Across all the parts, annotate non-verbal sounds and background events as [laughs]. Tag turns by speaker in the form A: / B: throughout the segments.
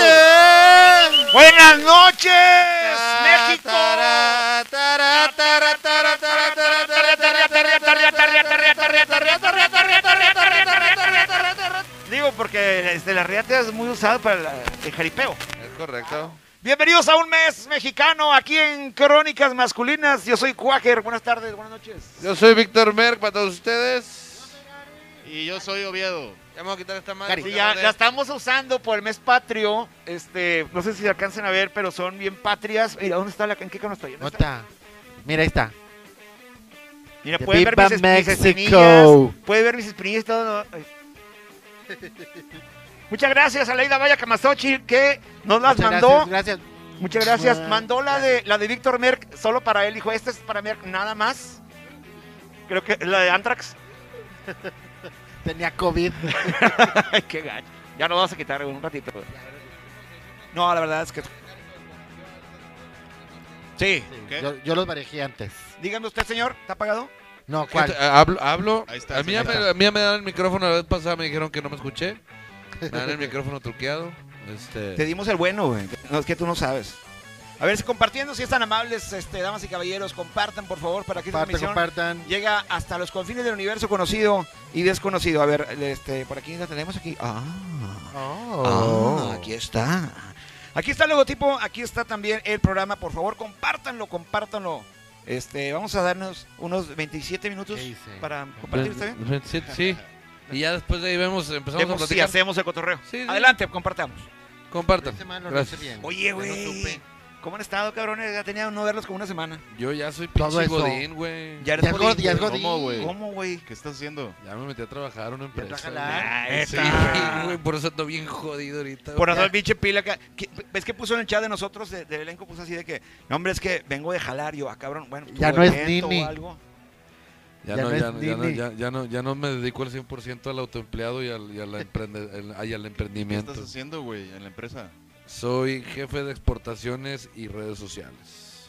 A: Bienvenidos.
B: Buenas noches, México.
A: Tará, tará, tará, tará, tará, tará, tará, tará, tará, tará, tará, tará, tará, tará, tará, tará, tará, tará, tará, tará, tará, tará.
B: Digo, porque este, la riata es muy usada para la- el jaripeo.
A: Es correcto.
B: Bienvenidos a un mes mexicano aquí en Crónicas Masculinas. Yo soy Quaker. Buenas tardes, buenas noches.
A: Yo soy Víctor Merck para todos ustedes.
C: Y yo soy Oviedo.
A: Ya vamos a quitar esta madre.
B: Sí, ya la estamos usando por el mes patrio. Este, no sé si alcancen a ver, pero son bien patrias. Mira, ¿dónde está la en qué cama estoy? ¿Dónde está?
C: Nota. Mira, ahí está.
B: Mira,
C: The
B: pueden ver
C: Viva
B: mis, es- mis
C: Mexico.
B: espinillas. Pueden ver mis espinillas todo. Ay. [laughs] Muchas gracias a Leida Vaya Camasochi que nos las
C: Muchas
B: mandó.
C: Gracias, gracias.
B: Muchas gracias.
C: Ah,
B: Mandó la de la de Víctor Merck solo para él. Dijo, esta es para Merck nada más. Creo que la de Antrax.
C: Tenía COVID.
B: [laughs] Ay, qué gacho. Ya nos vamos a quitar en un ratito. No, la verdad es que. Sí.
A: ¿Qué?
C: Yo, yo los barejé antes.
B: Dígame usted, señor, ¿está apagado?
C: No, ¿cuál?
A: Ah, Hablo, hablo.
D: Ahí está,
A: a, mí
D: sí,
A: ya
D: ahí
A: me,
D: está.
A: a mí ya me dan el micrófono la vez pasada, me dijeron que no me escuché. Me dan el micrófono truqueado. Este,
B: Te dimos el bueno, güey. No, es que tú no sabes. A ver, si compartiendo, si están amables, este, damas y caballeros, compartan, por favor, para que esta
C: Compartan,
B: transmisión
C: compartan.
B: llega hasta los confines del universo conocido y desconocido. A ver, este, por aquí la tenemos aquí. Ah,
C: Oh.
B: ah, aquí está. Aquí está el logotipo, aquí está también el programa. Por favor, compártanlo, compártanlo. Este, vamos a darnos unos 27 minutos
C: ¿Qué hice?
B: para
A: Pues,
B: compartir, ¿está bien?
A: 27, sí. Y ya después de ahí vemos, empezamos
B: Vemos
A: a
B: si
A: platicar.
B: hacemos el cotorreo.
A: Sí, sí.
B: Adelante, compartamos.
A: Compartan.
C: Ese mano lo
A: Gracias.
C: hice bien.
B: Oye,
A: no
B: güey.
A: supe.
B: ¿Cómo han estado, cabrones? Ya tenía no verlos como una semana.
A: Yo ya soy
C: Todo
A: pinche
C: eso.
A: godín, güey.
B: Ya
A: Ya,
B: eres
C: Ya es
B: godín,
C: god- ya es
B: güey.
C: godín.
D: ¿Cómo, güey?
B: ¿Cómo, güey?
D: ¿Qué estás haciendo?
A: me metí a trabajar a una
C: Ya
A: empresa.
C: trabajar.
A: güey.
B: Neta.
A: Sí, güey, güey, por eso ando bien jodido ahorita.
B: [laughs] Por
A: güey.
B: hacer pinche pila acá. ¿Qué- ¿Ves que puso en el chat de nosotros, de- del elenco, puso así de que, no, hombre, es que vengo de jalar yo, ah, cabrón, bueno, pues,
C: Ya
B: tu
C: no es
B: evento
C: Nini.
B: o algo.
A: Ya,
C: Ya
A: no,
C: no es
A: ya, no- ya no,
C: Disney.
A: ya- ya no, ya no me dedico al 100% al autoempleado y al, y al, emprende- el- ay, al
D: ¿Qué
A: emprendimiento.
D: estás haciendo, güey, en la empresa?
A: Soy jefe de exportaciones y redes sociales.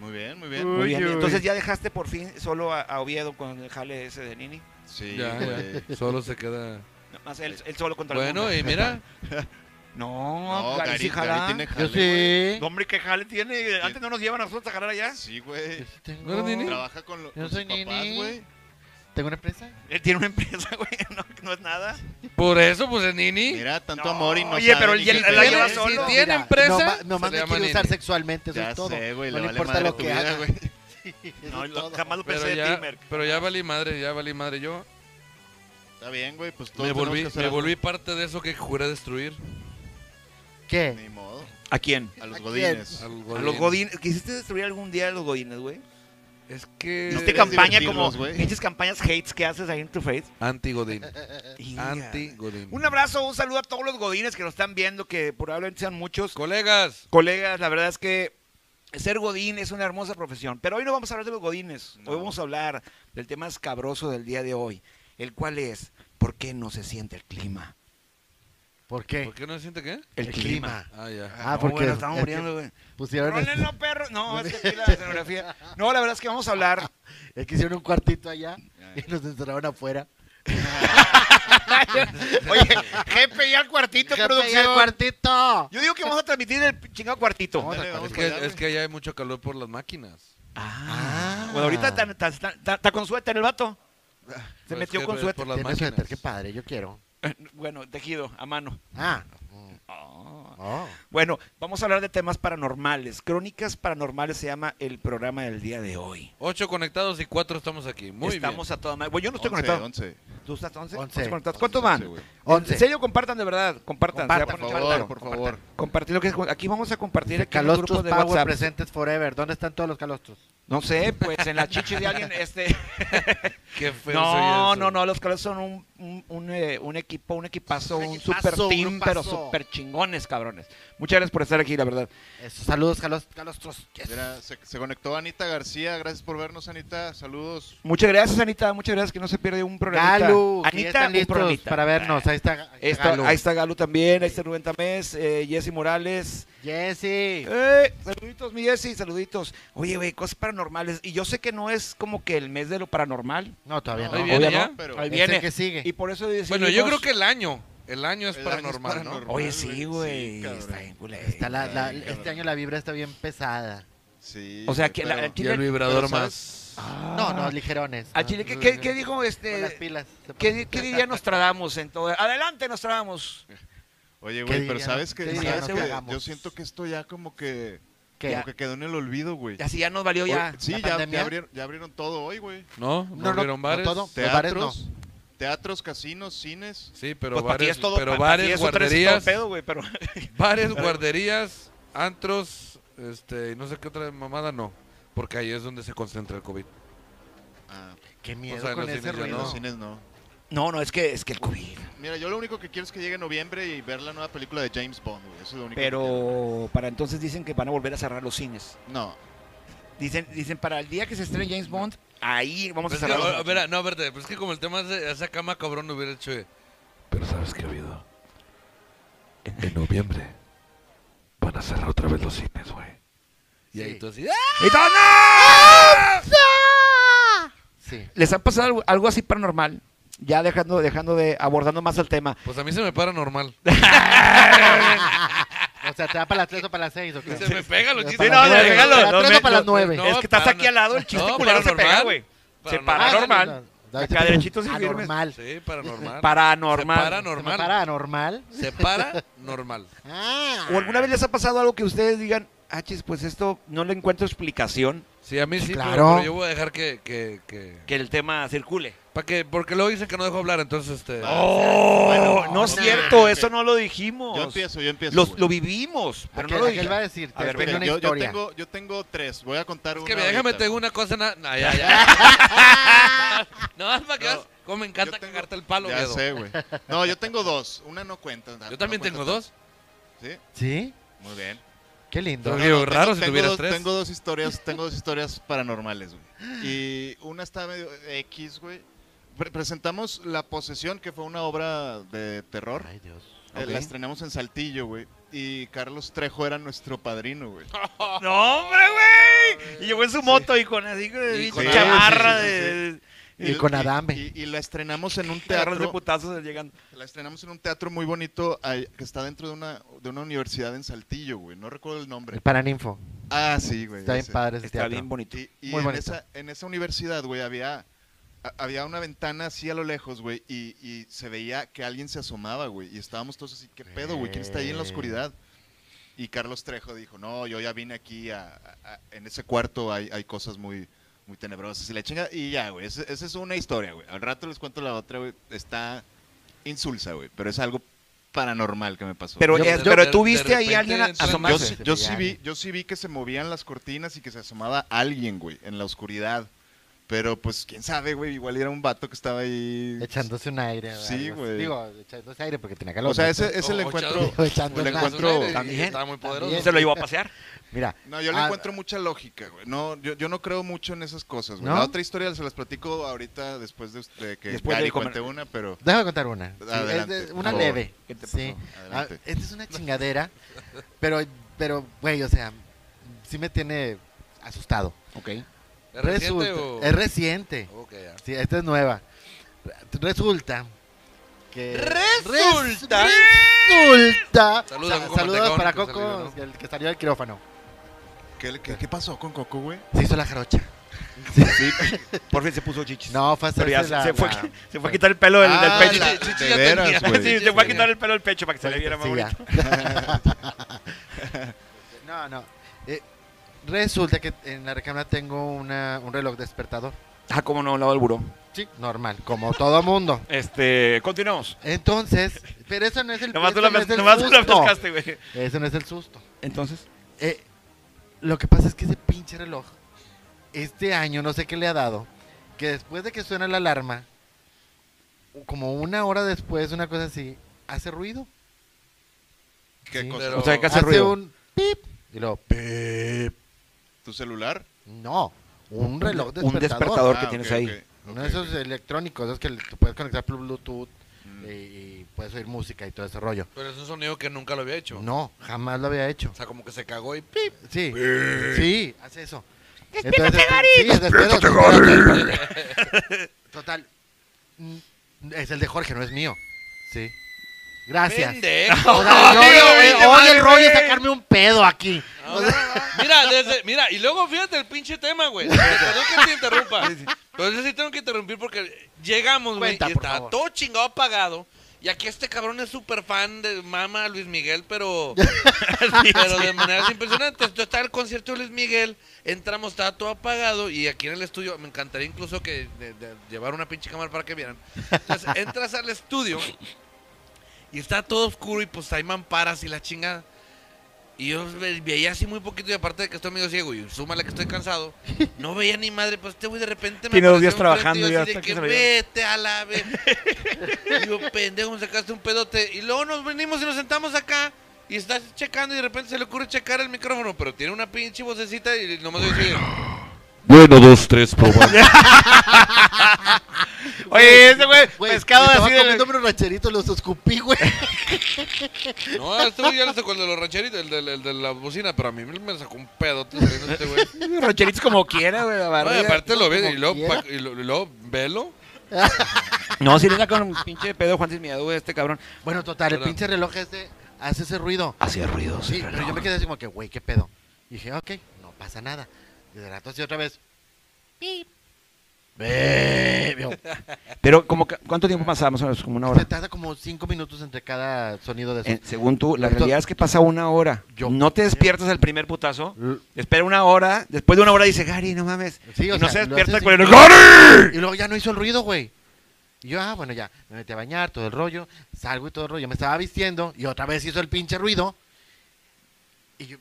D: Muy bien, muy bien.
B: Muy bien, entonces ya dejaste por fin solo a, a Oviedo con el jale ese de Nini.
D: Sí,
A: ya,
D: güey.
A: ya. Solo se queda.
B: Nada más él, él solo contra el
A: Bueno,
B: mundo.
A: y mira,
B: No,
D: No,
B: Gary, sí
D: Gary,
B: jala.
D: Gary tiene jale,
C: Yo
D: güey.
C: sí.
B: No, Hombre, ¿qué jale tiene? Antes no nos llevan a nosotros a jalar allá.
D: Sí, güey.
C: Yo sí tengo-
A: ¿No eres nini?
D: Trabaja con, los
C: Yo soy nini.
D: güey.
C: ¿Tengo una empresa?
B: Él tiene una [laughs] empresa, güey, no, no es nada.
A: por eso, pues es Nini.
D: Mira, tanto
B: No,
D: amor y no
B: oye,
D: sabe
B: pero
D: ni
B: él
D: qué
B: ya-
D: pedo,
B: la lleva
D: güey.
B: solo.
A: Si tiene empresa,
C: No, nomás
A: se le
C: me
A: llama
C: quiere usar
A: Nini.
C: sexualmente, eso
D: Ya
C: es todo.
D: sé, güey.
C: no
D: le
C: le
D: vale
C: importa
D: madre
C: lo
D: tu
C: que
D: vida,
C: haga.
D: güey.
B: No,
C: Eso es todo.
B: jamás lo pensé
A: Pero
B: de
A: ya,
B: ti, Merck.
A: pero ya valí madre, ya valí madre. Yo
D: Está bien, güey. Pues todo
A: me volví, me volví parte de eso que juré destruir.
C: ¿Qué?
D: Ni modo.
B: ¿A quién?
D: A los
C: quién?
D: godines.
A: al
B: A
A: Godín.
B: los godines. ¿Quisiste destruir algún día a los godines, güey?
A: Es que.
B: Hiciste
D: Eh,
B: campaña como
D: divertirlos, güey.
B: pinches campañas hates que haces ahí en tu face.
A: Anti-Godín.
B: Inga.
A: Anti-Godín.
B: Un abrazo, un saludo a todos los godines que nos están viendo, que probablemente sean muchos.
A: Colegas,
B: Colegas, la verdad es que ser godín es una hermosa profesión. Pero hoy no vamos a hablar de los godines.
D: No.
B: Hoy vamos a hablar del tema escabroso del día de hoy, el cual es ¿por qué no se siente el clima?
C: ¿Por qué?
A: ¿por qué no se siente qué?
B: El, clima.
A: Ah, ya.
C: Ah,
B: No,
C: porque
B: bueno, estamos
C: es que
B: muriendo, güey.
C: pusieron el-
B: Rólenlo, perro. No, es que aquí la escenografía. No, la verdad es que vamos a hablar.
C: Es que hicieron un cuartito allá y nos encerraron afuera.
B: [laughs] Oye, jefe, ya al cuartito,
C: Jefe,
B: producción.
C: ya el cuartito!
B: Yo digo que vamos a transmitir el chingado cuartito.
C: Vamos a
D: Ándale,
C: parar.
A: Es
D: para
A: que,
D: allá,
A: es que allá hay mucho calor por las máquinas.
B: Ah.
C: Ah.
B: Bueno, ahorita está, está- está- está- está con suéter el vato. Se
A: Pues
B: metió
A: que
B: con
A: es
B: suéter. Eh,
A: Por las
C: Tiene
A: máquinas.
C: suéter, qué padre, yo quiero.
B: Bueno, tejido, a mano.
C: Ah. mm, oh.
B: Bueno, vamos a hablar de temas paranormales. Crónicas paranormales se llama el programa del día de hoy.
A: Ocho conectados y cuatro estamos aquí. Muy
B: Estamos
A: bien.
B: a toda madre. Bueno, yo no estoy
D: 11,
B: conectado.
D: 11.
B: ¿Tú estás once?
C: Once.
B: Once conectados. ¿Cuántos
D: Once,
B: van?
D: güey.
C: Once.
B: En serio, compartan de verdad. Compartan.
C: Compartan,
B: se va a
D: Por
B: poner
D: favor,
B: padre.
D: por favor.
B: Compartir lo que es- Aquí vamos a compartir aquí en el grupo
C: Calostros
B: de
C: Power
B: WhatsApp.
C: presentes forever. ¿Dónde están todos los calostros?
B: No sé, pues en la chichis de alguien, este.
A: Qué feo soy
B: No,
A: eso.
B: no, no, los Colts son un, un, un, eh, un equipo, un equipazo,
C: Un
B: un,
C: equipazo,
B: super
C: un
B: team, pero
C: grupazo.
B: super chingones, cabrones. Muchas gracias por estar aquí, la verdad.
C: Eso, saludos, calos- calostros. Yes.
D: Mira, se, se conectó Anita García. Gracias por vernos, Anita. Saludos.
B: Muchas gracias, Anita, muchas gracias, que no se pierde un programa.
C: Galu, que ya
B: Anita,
C: están
B: un
C: listos
B: programita.
C: para vernos. Ahí está, Ga-
B: Ahí está-
C: Galu.
B: Ahí está Galo también, ahí está Rubén Tamés, eh, Jesse Morales.
C: Jesse.
B: Eh, saluditos, mi Jesse, saluditos. Oye, güey, cosas paranormales. Y yo sé que no es como que el mes de lo paranormal.
C: No, todavía
A: Ahí
C: no.
A: viene
C: Obvio
A: ya.
C: no.
D: Pero
B: Ahí
C: Es el
B: viene.
C: que sigue.
B: Y por eso decidimos-
A: Bueno, yo creo que el año. El año es
D: El año es
A: paranormal, ¿no?
D: paranormal.
B: Oye,
D: normal,
B: sí,
D: güey.
B: güey.
D: Sí, cabrón.
B: está bien culero.
C: Está la- la-
D: Ay,
C: este
D: cabrón.
C: año la vibra está bien pesada.
D: Sí.
B: O sea,
D: güey,
B: que la-
D: pero-
B: el
A: Y
B: chile...
A: el vibrador
D: Pero, ¿sabes?
A: más.
B: Ah.
C: No, no, ligerones.
B: Al
C: ¿no?
B: chile, ¿qué, qué, qué dijo
C: Con las
B: este...?
C: pilas. se
B: ¿Qué, di-
C: ponen.
B: qué diría Nostradamus en todo? Adelante, Nostradamus.
D: Oye,
C: ¿Qué
D: güey, pero
C: diría?
D: ¿sabes
C: ¿Qué
D: que,
C: diría?
D: ¿sabes
B: No
D: qué?
C: cagamos.
D: Yo siento que esto ya como que,
C: ¿Qué?
D: como que quedó en el olvido, güey.
B: Y así ya nos valió ya.
D: Oye, Sí,
C: ¿La
D: ya, ya
C: pandemia?
D: abrieron, ya abrieron todo hoy, güey.
A: ¿No? ¿No,
C: No, no,
A: abrieron
C: no
A: bares?
C: todo. Los bares no.
D: Teatros, teatros, casinos, cines.
A: Sí, pero
B: Pues, para ti
A: bares,
B: es todo-
A: pero
B: para- para ti
A: bares,
B: es otra vez es todo
A: guarderías,
B: pedo, güey, pero...
A: bares, guarderías, antros, este, y no sé qué otra mamada no, porque ahí es donde se concentra el COVID.
D: Ah,
C: Qué miedo
A: O sea, en
C: con
A: los
C: ese
A: cines ya
C: ruido.
D: los
A: no.
D: cines no.
B: [laughs] No, no, es que, es que el COVID.
D: Mira, yo lo único que quiero es que llegue noviembre y ver la nueva película de James Bond, güey. Eso es lo único que quiero.
B: Pero para entonces dicen que van a volver a cerrar los cines.
D: No,
B: Dicen, dicen para el día que se estrene James Bond, ahí vamos Pues, a
A: Pero es que,
B: cerrar los
A: o- verá, no, verte, pero es que como el tema es de esa cama cabrón no hubiera hecho. eh, Pero sabes qué ha habido. En, en noviembre van a cerrar otra vez los cines, güey. Y ahí
C: Sí.
A: tú así. ¡ah!
B: ¡Y todo, ¡no!
C: Sí.
B: ¿Les ha pasado algo, algo así paranormal? Ya dejando, dejando de, abordando más el tema.
A: Pues a mí se me para normal.
C: O sea, te da para las 3 o para las 6, ¿o qué?
A: Se me pega los
C: Sí,
A: chistes.
C: no, de
A: güey.
C: regalo, Para no tres me- o para las nueve.
A: no,
B: es que estás
A: para-
B: aquí al lado, el chiste
A: no,
B: culero se
A: paranormal.
B: pega, güey. Se para
A: Paranormal.
B: normal. Acá derechitos y firmes.
C: Anormal. Se
A: Sí, paranormal. Se para
B: Paranormal.
C: me
A: normal.
C: para anormal.
A: Se para normal.
C: Ah.
B: ¿O alguna vez les ha pasado algo que ustedes digan, ah, chis, pues esto no le encuentro explicación?
A: Sí, a mí sí, pero-
C: Claro.
A: pero, yo voy a dejar que... que, que...
B: Que el tema circule.
A: ¿Para que Porque luego dicen que no dejo hablar, entonces este...
B: ¡Oh!
D: Bueno,
B: no es
D: ok,
B: cierto,
D: ok.
B: eso no lo dijimos.
D: yo empiezo, yo empiezo.
B: Los-
D: güey.
B: lo vivimos, pero
C: Aquel-
B: no lo
C: aquel
B: dijimos.
C: va a decir,
B: A ver,
C: te
D: Mira,
C: cuento una
D: yo, yo
C: historia.
D: tengo, yo tengo tres, voy a contar
A: Es
D: una.
A: que me déjame,
D: ahorita.
A: tengo una cosa... Na... No, ya, ya.
D: [laughs]
A: no, para que
D: No,
A: veas cómo me encanta
D: Yo tengo-
A: cagarte el palo,
D: Ya
A: Guedo.
D: sé, güey. No, yo tengo dos. Una no cuenta.
A: [laughs] Yo también tengo dos.
D: Sí,
C: ¿Sí?
D: muy bien.
C: Qué lindo.
A: Oye, raro si
D: tengo
A: tuvieras
D: dos,
A: tres.
D: Tengo dos historias, tengo dos historias paranormales, güey. Y una está medio X, güey. Pre- presentamos La Posesión, que fue una obra de terror.
C: Ay, Dios.
D: Eh,
C: Ah, Ok.
D: La estrenamos en Saltillo, güey. Y Carlos Trejo era nuestro padrino,
A: [laughs]
D: güey.
B: ¡No, hombre, güey! Y llegó en su moto y con así,
A: Y con-
B: con chamarra
D: sí, sí, sí,
B: de...
C: Y con Adame.
D: Y, y la estrenamos en un
B: Te agarras de
D: teatro.
B: putazos eh, llegando.
D: La estrenamos en un teatro muy bonito ahí- que está dentro de una, de una universidad en Saltillo, güey. No recuerdo el nombre.
C: El Paraninfo.
D: Ah, sí, güey.
C: Está
D: ya
C: bien
D: sé.
C: padre ese
B: Está
C: teatro.
B: bien bonito.
D: Y, y
C: Muy
D: en,
C: bonito.
D: esa, en esa universidad, güey, había, a- había una ventana así a lo lejos, güey, y, y se veía que alguien se asomaba, güey. Y estábamos todos así, ¿qué pedo, güey? ¿Quién está ahí en la
C: Ey.
D: oscuridad? Y Carlos Trejo dijo, no, yo ya vine aquí, a, a- a- en ese cuarto hay, hay cosas muy, muy tenebrosas y la chinga. Y ya, güey, ese- esa es una historia, güey. Al rato les cuento la otra, güey. Está insulsa, güey, pero es algo paranormal que me pasó.
B: Pero,
A: Yo-
B: es-
A: de
B: pero
A: repente-
B: tú viste ahí
A: de
B: a alguien a-
A: repente-
D: Yo,
B: asomarse.
D: sí-
C: Marce.
D: yo sí vi, yo sí vi que se movían las cortinas y que se asomaba alguien, güey, en la oscuridad. Pero pues quién sabe, güey, igual era un vato que estaba ahí.
C: Echándose un aire.
D: Sí,
C: algo así.
D: güey.
C: Digo, echándose aire porque tenía calor.
D: O sea,
C: ¿no?
D: ese es el
A: O- o
D: encuentro.
A: Chavo.
C: [laughs] Echándose
D: el
A: Pues,
C: aire.
D: encuentro-
A: Aires,
B: También.
A: Estaba muy
C: También.
A: poderoso.
B: ¿Se lo llevó a pasear?
C: Mira.
D: No, yo le
C: ah,
D: encuentro mucha lógica, güey. No, yo, yo no creo mucho en esas cosas, güey.
C: ¿No?
D: La otra historia se las platico ahorita después de, de que
B: Después de
D: Gary
B: comer-
D: cuente una, pero
C: Déjame contar una. Sí,
D: Adelante,
C: es de-
D: por
C: una
D: favor.
C: leve.
B: ¿Qué te
C: Sí.
B: pasó?
C: Ah,
D: adelante.
C: esta es una chingadera. Pero, pero, güey, o sea, sí me tiene asustado.
B: Ok.
A: ¿Es reciente
C: Resulta-
A: o...?
C: Es reciente.
A: Ok, ya.
C: Sí, esta es nueva. Re- Resulta que.
B: Resulta.
C: Res- Resulta.
A: Saludos a Coco
C: saludos
A: Mantecón,
C: para
A: que salió,
C: Coco,
A: ¿no?
C: el que salió del quirófano.
D: ¿Qué, qué- qué pasó con Coco, güey?
C: Se hizo la jarocha.
B: Por fin se puso chichis.
C: No, fue a
B: Pero
C: hacerse
B: ya
C: la-
B: se, fue,
C: la-
B: [laughs] se fue a quitar el pelo del, del
D: Ah,
B: pecho. [laughs]
D: la-
A: Chichi
D: de
A: ya
D: veras,
A: tenía.
D: güey.
B: Sí, se fue a quitar el pelo del pecho para que se le viera más
C: Sí, ya.
B: bonito.
C: [laughs] no, no. Eh, resulta que en la recámara tengo una, un reloj despertador.
B: Ah, cómo no, al lado del buró.
C: Sí. Normal, como todo mundo.
B: Este, continuamos.
C: Entonces, pero eso no es el,
B: Nomás
C: eso
B: tú la
C: no es el
B: nomás tú la
C: susto.
B: pescaste, güey.
C: Eso no es el susto.
B: Entonces.
C: Eh, lo que pasa es que ese pinche reloj, este año no sé qué le ha dado, que después de que suena la alarma, como una hora después, una cosa así, hace ruido.
D: ¿Qué
C: Sí.
D: cosa?
A: Pero-
B: O sea, que hace ruido.
C: un pip y luego pip.
D: ¿Tu celular?
C: No, un reloj despertador.
B: Un despertador que
D: Ah,
B: tienes
D: ok,
B: ahí.
D: ok, ok,
C: Uno de esos
D: ok.
C: electrónicos, esos que le- tú puedes conectar por Bluetooth
D: Mm.
C: y, y puedes oír música y todo ese rollo.
A: Pero es un sonido que nunca lo había hecho.
C: No, jamás lo había hecho.
A: O sea, como que se cagó y... ¡pip!
C: Sí, sí, hace eso. Entonces, sí, es despierta, [laughs] Total, mm, es el de Jorge, no es mío. Sí. Gracias.
D: [laughs]
A: Pendejo.
C: O sea,
A: [laughs]
C: yo,
A: Ay,
C: yo-
A: ahorita
C: hoy
A: madre,
C: el rollo es
A: güey.
C: sacarme un pedo aquí.
A: No, no, no. Mira, desde- mira, y luego fíjate el pinche tema, güey. Perdón que te interrumpa. Pero yo sí tengo que interrumpir porque llegamos, güey,
C: Cuenta,
A: y
C: por
A: está
C: favor.
A: todo chingado apagado. Y aquí este cabrón es súper fan de mama a Luis Miguel,
C: [laughs]
A: pero, pero de maneras impresionantes. Entonces estaba el concierto de Luis Miguel, entramos, estaba todo apagado y aquí en el estudio, me encantaría incluso que de- de llevar una pinche cámara para que vieran. Entonces entras al estudio y está todo oscuro y pues hay mamparas y la chingada. Y yo ve- veía así muy poquito y aparte de que estoy medio ciego y súmale que
B: [laughs]
A: estoy cansado, no veía ni madre, pues este güey de repente me
B: Tiene dos
A: apareció
B: días
A: enfrente
B: trabajando
A: y
B: ya
A: yo así
B: hasta que
A: de que
B: se lo lleve.
A: vete a la vez. [laughs] Digo, pendejo, me sacaste un pedote. Y luego nos venimos y nos sentamos acá y estás checando y de repente se le ocurre checar el micrófono, pero tiene una pinche vocecita y nomás oye así de-
E: Bueno, dos, tres,
C: [laughs]
E: probando.
B: Oye, ese güey, pues,
C: Güey,
B: pescado
C: me
B: así
C: estaba
B: de...
C: comiendo unos rancheritos, los escupí, güey.
A: No, este güey ya le sacó el de los rancheritos, el de, el de la bocina, pero a mí me sacó un pedote saliendo este güey.
B: Rancheritos como quiera, güey, la
A: No, y
B: barriga.
A: aparte lo ve
C: como
A: y luego,
C: quiera.
A: pa- y lo- y luego velo.
B: No, si le sacan un pinche pedo Juan sin miedo, güey, este cabrón.
C: [laughs] Bueno, total, el
A: Perdón.
C: pinche reloj este hace ese ruido.
B: Hacía ruidos.
C: Sí, pero yo me quedé así como que, güey, ¿qué pedo? Y dije, ok, no pasa nada. Y de rato así otra vez. Pip. Ve- veo.
B: Pero como que- ¿cuánto tiempo pasamos? Como una
C: Se
B: hora.
C: tarda como cinco minutos entre cada sonido de
B: Eh,
C: esos.
B: según tú, la realidad es que pasa una hora.
C: Yo-
B: no te despiertas al primer putazo. Espera una hora. Después de una hora dice, Gary, no mames.
C: Sí, o
B: y no
C: sea,
B: se
C: lo
B: despierta
C: haces
B: con el...
C: sin-
B: ¡Gary!
C: Y luego ya no hizo el ruido, güey. Y yo, ah, bueno, ya, me metí a bañar, todo el rollo, salgo y todo el rollo. Me estaba vistiendo y otra vez hizo el pinche ruido. Y yo,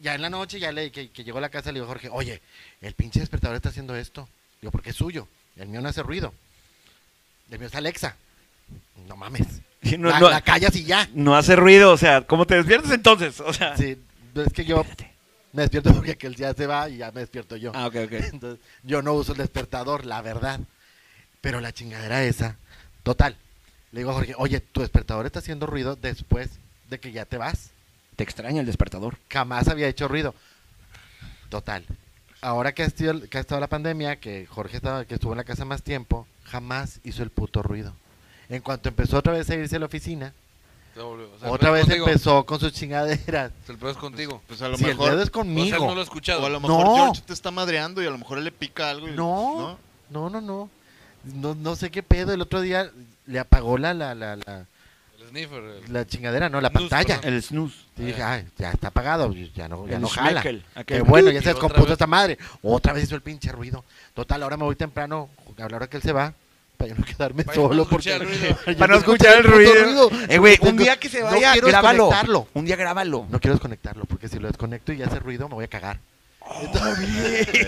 C: ya en la noche, ya le, que, que llegó a la casa, le digo a Jorge, oye, el pinche despertador está haciendo esto. Digo, porque es suyo. El mío no hace ruido. El mío es Alexa. No mames.
B: Sí, no-
C: la,
B: no-
C: la callas y ya.
B: No hace ruido, o sea, ¿cómo te despiertas entonces? O sea...
C: Sí, es que yo me despierto [laughs] porque aquel ya se va y ya me despierto yo.
B: Ah, ok, ok.
C: Entonces, yo no uso el despertador, la verdad. Pero la chingadera esa, total. Le digo a Jorge, oye, tu despertador está haciendo ruido después de que ya te vas.
B: Te extraña el despertador.
C: Jamás había hecho ruido. Total. Ahora que ha, sido- que ha estado la pandemia, que Jorge estaba, que estuvo en la casa más tiempo, jamás hizo el puto ruido. En cuanto empezó otra vez a irse a la oficina,
A: Se volvió, o sea,
C: otra
A: el
C: vez
A: pedo es contigo,
C: empezó con sus chingaderas.
A: El pedo es contigo.
D: Pues a lo
C: Si el
D: mejor.
C: dedo es
A: O sea, él
C: conmigo.
A: no lo he escuchado.
D: o a lo mejor
C: No.
D: George te está madreando y a lo mejor él le pica algo. y-
C: No, no, no, no. No, no sé qué pedo. El otro día le apagó la, la, la, la,
A: El sniffer. el-
C: la chingadera, no, la
A: Snus,
C: pantalla.
A: perdón.
B: El snooze.
C: Y dije, ay, ya está apagado, ya no, ya
B: El
C: no jala.
B: Schmeckel, aquel.
C: Qué bueno, ya
A: Y
C: se
A: otra
C: descompuso
A: vez.
C: esta madre. Otra vez hizo el pinche ruido. Total, ahora me voy temprano, a la hora que él se va, para yo no quedarme
A: Para
C: solo.
A: no
C: porque
A: escuchar el
C: [laughs]
A: ruido.
C: yo
B: Para no escuchar el ruido.
C: puto
B: Eh, güey, un
C: Tengo-
B: día que se
C: no
B: vaya,
C: quiero
B: grábalo.
C: desconectarlo.
B: Un día
C: [laughs]
B: grábalo.
C: No quiero desconectarlo, porque si lo desconecto y hace ruido, me voy a cagar.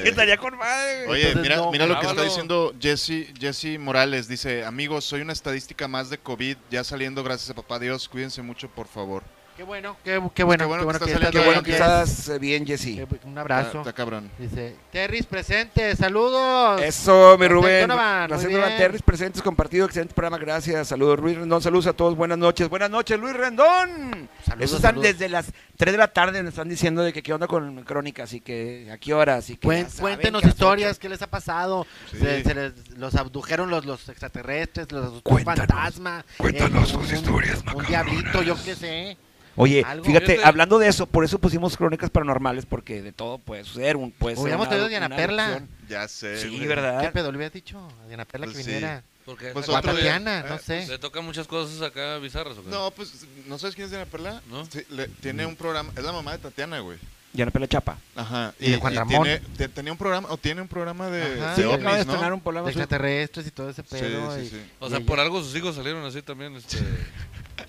B: Estaría con madre, güey.
D: Oye,
C: Entonces,
D: mira,
C: no,
D: mira lo que está
A: grábalo.
D: diciendo Jesse, Jesse Morales. Dice, amigos, soy una estadística más de COVID, ya saliendo, gracias a papá Dios. Cuídense mucho, por favor.
C: Qué bueno, qué, qué bueno,
D: Qué bueno
C: qué bueno
D: que
C: que
D: está
C: estás
B: Qué bueno
D: bien,
B: que
C: bien.
B: estás eh, bien, Jesse.
C: Qué- Un
D: Está,
C: abrazo.
D: está cabrón.
C: Dice, Terris presente, saludos.
B: Eso, mi
C: Gracias,
B: Rubén.
C: Donovan,
B: Gracias,
C: muy
B: Donovan
C: bien.
B: Terris, presentes, compartido, excelente programa, gracias. Saludos, Luis Rendón, saludos a todos, buenas noches. Buenas noches, Luis Rendón.
C: Saludos,
B: Eso están
C: saludos.
B: desde las 3 de la tarde, nos están diciendo de que qué onda con Crónicas y que a qué hora, así que...
C: Cuen-
B: ya saben
C: cuéntenos
B: que a las
C: historias,
B: ocho.
C: qué les ha pasado.
D: Sí.
C: Se, se les- los abdujeron los, los extraterrestres, los abdujo un
E: Cuéntanos.
C: fantasma.
E: Cuéntanos
C: un-
E: tus
C: un-
E: historias
C: Un
E: macabras.
C: diablito, yo qué sé.
B: Oye,
C: Algo.
B: fíjate,
A: Fíjate.
B: hablando de eso, por eso pusimos Crónicas Paranormales, porque de todo puede suceder. Un, puede ser
C: Hubiéramos
B: una-
C: traído a Diana
B: una
C: Perla. Eh,
B: adopción.
D: Ya sé.
B: Sí,
D: güey.
C: ¿Qué
B: ¿verdad?
C: pedo le hubieras dicho a Diana Perla
D: Pues
C: que
D: sí.
C: viniera?
A: Porque
D: Pues
C: O a
A: saca-
D: otro día.
C: Tatiana, no
D: Eh,
C: sé.
A: le tocan muchas cosas acá bizarras. ¿o qué?
D: No, pues, ¿no sabes quién es Diana Perla?
A: ¿No?
D: Sí, le- tiene un programa, es la mamá de Tatiana, güey.
B: Diana Perla Chapa.
D: Ajá.
C: Y de Juan Ramón.
D: tiene- te- tenía un programa, o tiene un programa de,
C: Ajá.
D: de
C: Sí,
D: ovnis,
B: Ah, acaba de
D: ¿no?
B: estrenar un
C: De
B: programa. su-
C: extraterrestres y todo ese
D: Sí,
C: pedo.
D: sí,
C: y-
D: sí.
A: O
C: y
A: sea,
C: ella-
A: por algo sus hijos salieron así
B: [laughs]
A: también. Este...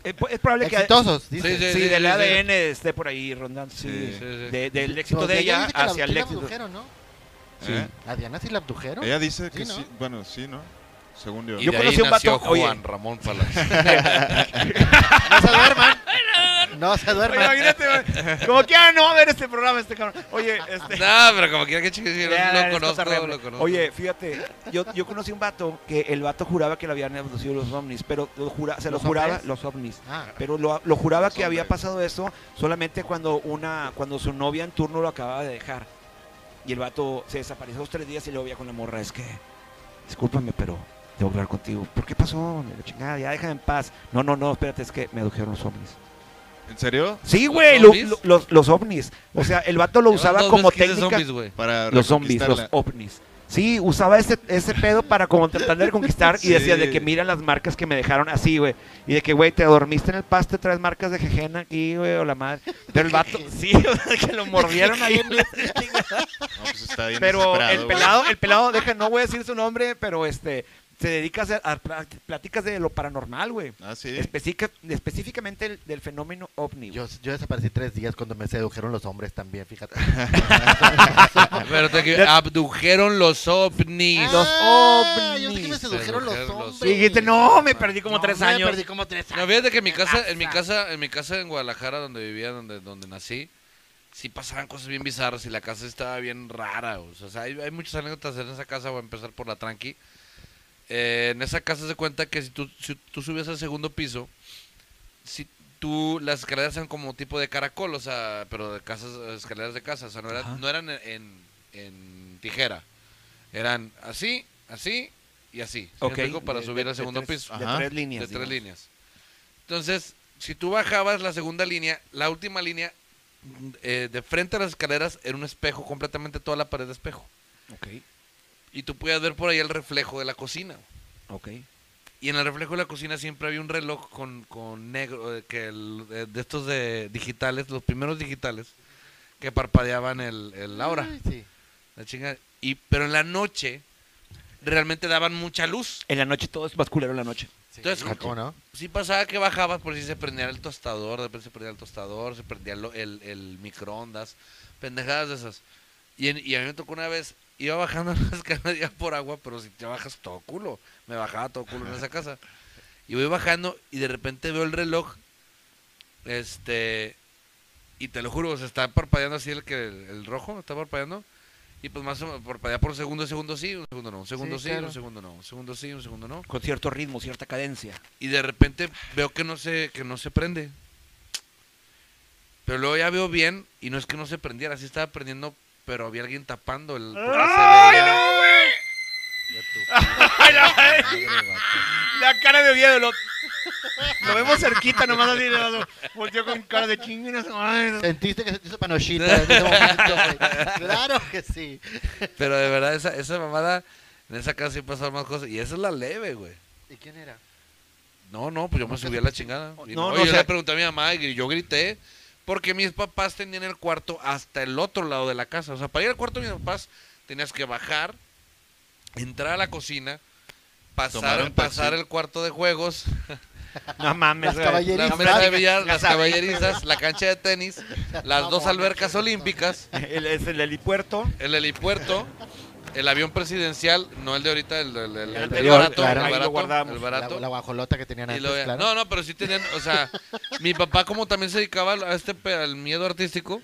B: Eh, pu- Es probable que...
C: Exitosos, dice.
A: Sí,
B: Sí,
A: sí,
B: del
A: sí,
B: ADN esté por ahí rondando. Sí,
D: Sí,
A: sí, sí.
B: De- del éxito
C: Pues,
B: de ella
C: dice que la-
B: hacia
C: sí
B: el
C: la
B: éxito.
C: abdujeron, ¿no?
D: ¿Eh?
C: ¿A Diana sí la abdujeron?
D: Ella dice que
C: ¿no?
D: sí, bueno, sí, ¿no? Según yo.
A: Y
B: Yo
A: de
B: conocí
A: ahí
B: un vato-
A: nació
B: oye.
A: Juan Ramón Palas.
B: [laughs]
C: No se duerman. No se
B: Oye,
C: duerman.
B: imagínate, güey, [laughs] como que ah, no va a ver este programa este cabrón. Oye, este.
A: no, pero como quiera que chingue,
B: ya,
A: no
B: es
A: lo conozco,
B: cotorreo.
A: lo conozco.
B: Oye, fíjate, yo, yo conocí un vato que el vato juraba que le habían abducido los ovnis, pero lo jura- se lo
C: ¿Los
B: juraba
C: hombres?
B: los ovnis.
C: Ah,
B: Pero lo, lo juraba
D: Los
B: que había
D: hombres.
B: pasado eso solamente cuando una cuando su novia en turno lo acababa de dejar. Y el vato se desapareció dos tres días y luego veía con la morra. Es que, discúlpame, pero Debo hablar contigo. ¿Por qué pasó? La chingada, ya déjame en paz. No, no, no, espérate, es que me adujeron los ovnis.
D: ¿En serio?
B: Sí,
A: ¿Los
B: güey, lo-
A: ovnis?
B: lo- los, los ovnis. O sea, el vato lo
A: Llevan
B: usaba
A: dos
B: como
A: veces que hice
B: técnica.
A: zombies, güey.
D: Para
B: los zombies, los
D: reconquistarla.
B: ovnis. Sí, usaba ese, ese pedo para como tratar de conquistar y decía de que
D: Sí.
B: mira las marcas que me dejaron así, güey. Y de que, güey, te dormiste en el pasto, traes marcas de jejena aquí, güey, o la madre. Pero el vato, sí, o sea, que lo mordieron ahí en la
D: No, pues está
B: [laughs]
D: bien
B: pero
D: desesperado,
B: el
D: güey.
B: pelado, el pelado, deja, no voy a decir su nombre, pero este se dedica a, hacer- a pla- pláticas de lo paranormal, güey.
D: Ah, sí.
B: Especica- específicamente el- del fenómeno ovni. güey.
C: Yo, yo desaparecí tres días cuando me sedujeron los hombres también, fíjate.
A: Pero
B: [laughs]
A: te que abdujeron los ovnis.
B: Los
C: Ah, Yo dije que me
B: ovnis.
C: sedujeron los
A: Sedujeron los
C: hombres.
B: Y dijiste, no, me perdí como
C: No,
B: tres
C: me
B: años.
C: perdí como tres
A: No,
C: años.
A: fíjate que en mi casa, en mi
C: pasa?
A: casa, en mi casa en Guadalajara, donde vivía, donde, donde nací, sí pasaban cosas bien bizarras y la casa estaba bien rara. O sea, o sea, hay, hay muchas anécdotas en esa casa, voy a empezar por la tranqui. Eh, en esa casa se cuenta que si tú, si tú subías al segundo piso, si tú, las escaleras eran como tipo de caracol, o sea, pero de casas, escaleras de casa, o sea, no, era-
B: Ajá.
A: no eran en, en- en tijera, eran así, así y así. ¿sí me
B: Ok.
A: explico? Para
B: De-
A: subir
B: de- de
A: al segundo
B: tres-
A: piso
B: De
D: Ajá.
B: tres líneas.
A: de tres
B: digamos.
A: líneas. Entonces, si tú bajabas la segunda línea, la última línea, mm, eh, de frente a las escaleras, era un espejo, completamente toda la pared de espejo. Y tú podías ver por ahí el reflejo de la cocina.
B: Ok, ok.
A: Y en el reflejo de la cocina siempre había un reloj con, con negro, eh, que el- eh, de estos de digitales, los primeros digitales, que parpadeaban el, el la hora.
C: Ay, sí.
A: La chinga. Y, pero en la noche, realmente daban mucha luz.
B: En la noche todo es más culero en la noche.
C: Sí,
A: Entonces, [laughs]
C: ¿cómo no?
A: Sí pasaba que bajabas, por si se prendía el tostador, de repente se prendía el tostador, se prendía lo- el, el microondas, pendejadas de esas. Y, en- y a mí me tocó una vez, iba bajando [laughs] las canadías por agua, pero si te bajas todo culo, me bajaba todo culo en esa casa. Y voy bajando y de repente veo el reloj, este, y te lo juro, se está parpadeando así el que, el rojo, está parpadeando. Y pues más o menos, parpadea por segundo, segundo sí, un segundo no, un segundo sí,
C: claro.
A: un segundo no, un segundo sí, un segundo no
B: Con cierto ritmo, cierta cadencia.
A: y de repente veo que no se que no se prende. Pero luego ya veo bien y no es que no se prendiera, sí estaba prendiendo, pero había alguien tapando el porque se veía- Ya tu puta madre, vato.
B: La cara de miedo. Lo, lo vemos cerquita, nomás así. le hago- Volteó con cara de chingas.
C: Sentiste que se te hizo panochita
A: [laughs]
C: en ese momento, güey. Claro que sí.
A: Pero de verdad esa esa mamada en esa casa sí pasaron más cosas y esa es la leve, güey.
C: ¿Y quién era?
A: No, no, pues yo me subí a la chingada. Y
B: No,
A: no,
B: no,
A: yo
B: o sea-
A: le pregunté a mi mamá y yo grité porque mis papás tenían el cuarto hasta el otro lado de la casa. O sea, para ir al cuarto de mis papás tenías que bajar, entrar a la cocina,
D: Tomar
A: pasar,
D: un
A: pasar
D: taxi.
A: el cuarto de juegos,
B: No mames,
C: Las
B: güey.
A: la
C: caballerizas.
A: mesa de billar, las
B: Ya sabes.
A: caballerizas, la cancha de tenis, las dos albercas olímpicas,
B: El, es el helipuerto.
A: el helipuerto. El avión presidencial, no el de ahorita, el, el- el- el
B: anterior,
A: barato,
C: claro.
A: el
B: Ahí lo
A: barato,
B: guardamos.
A: el
C: La,
A: barato.
C: la guajolota que tenían
A: Y
C: antes,
A: lo vean.
C: claro.
A: No, no, pero sí tenían, o
D: [laughs]
A: sea, mi papá como también se dedicaba a este pe- al miedo artístico,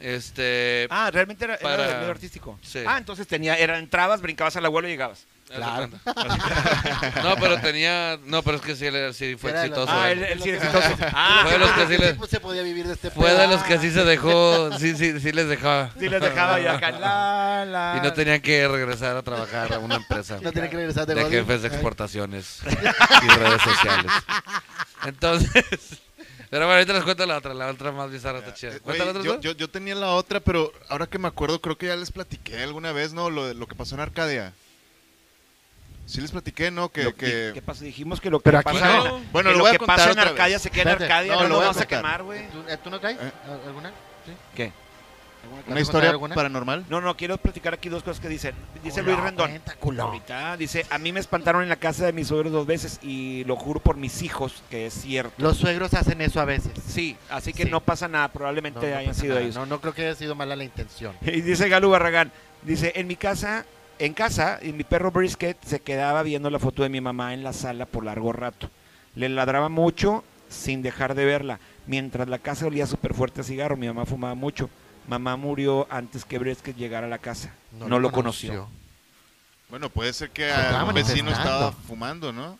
A: este,
B: Ah, realmente era, era
A: Para-
B: del medio artístico.
A: Sí.
B: Ah, entonces tenía, era, entrabas, brincabas al abuelo y llegabas.
C: claro.
A: haz de cuenta. no, pero tenía, no, pero es que sí, él era- sí fue
C: Era de los-
A: exitoso.
B: ah,
A: él.
B: él, él sí era exitoso. Ah,
A: Fue de los que sí
C: Ese
A: le-
C: tipo se podía vivir de este
A: fue de los que
C: pedazo.
A: sí se dejó, sí, sí, sí les dejaba.
B: sí les dejaba ya acá. La, la.
A: Y no tenían que regresar a trabajar a una empresa.
C: Ah. No tenía que regresar de
A: de
C: Godín.
A: jefes de
C: [laughs]
A: exportaciones y redes sociales. Entonces, [laughs] pero bueno, ahorita les cuento la otra, la otra más bizarra está chida.
D: Eh,
A: Cuenta la
D: güey,
A: otra.
D: yo,
A: tú?
D: yo- yo tenía la otra, pero ahora que me acuerdo, creo que ya les platiqué alguna vez, ¿no? Lo, de- lo que pasó en Arcadia. Sí les platiqué, ¿no? Que,
B: Lo
D: que- Ah,
B: ¿Qué pasó? Dijimos que lo que
C: Pero aquí
B: pasa,
A: no.
D: Bueno,
B: que lo
D: lo voy a
B: que
D: contar
B: pasa en
D: otra
B: Arcadia
D: vez.
B: se queda en
C: Espérate.
B: Arcadia.
D: No,
B: No,
D: lo
B: lo
D: voy a
B: vas a
D: contar.
B: quemar, güey.
C: ¿Tú, eh, tú no traes
D: Eh.
C: ¿Al- alguna?
B: ¿Qué?
D: ¿Una historia
C: alguna?
D: paranormal?
B: No, no, quiero platicar aquí dos cosas que dicen. Dice
C: Culo,
B: Luis Rendón.
C: cuenta, culo.
B: Ahorita dice, a mí me espantaron en la casa de mis suegros dos veces y lo juro por mis hijos que es cierto.
C: Los suegros hacen eso a veces.
B: Sí, así que
C: Sí.
B: no pasa nada, probablemente
C: no
B: hayan
C: pasa
B: sido
C: nada.
B: ellos.
C: No, no creo que haya sido mala la intención.
B: [laughs] Y dice Galo Barragán, dice, en mi casa, en casa, y mi perro Brisket se quedaba viendo la foto de mi mamá en la sala por largo rato. Le ladraba mucho sin dejar de verla, mientras la casa olía súper fuerte a cigarro, mi mamá fumaba mucho. Mamá murió antes que Brisket llegara a la casa. No, lo conoció.
D: Bueno, puede ser
B: Pues
D: que
C: Se estaba
D: ah, un vecino
C: manifestando.
D: estaba fumando, ¿no?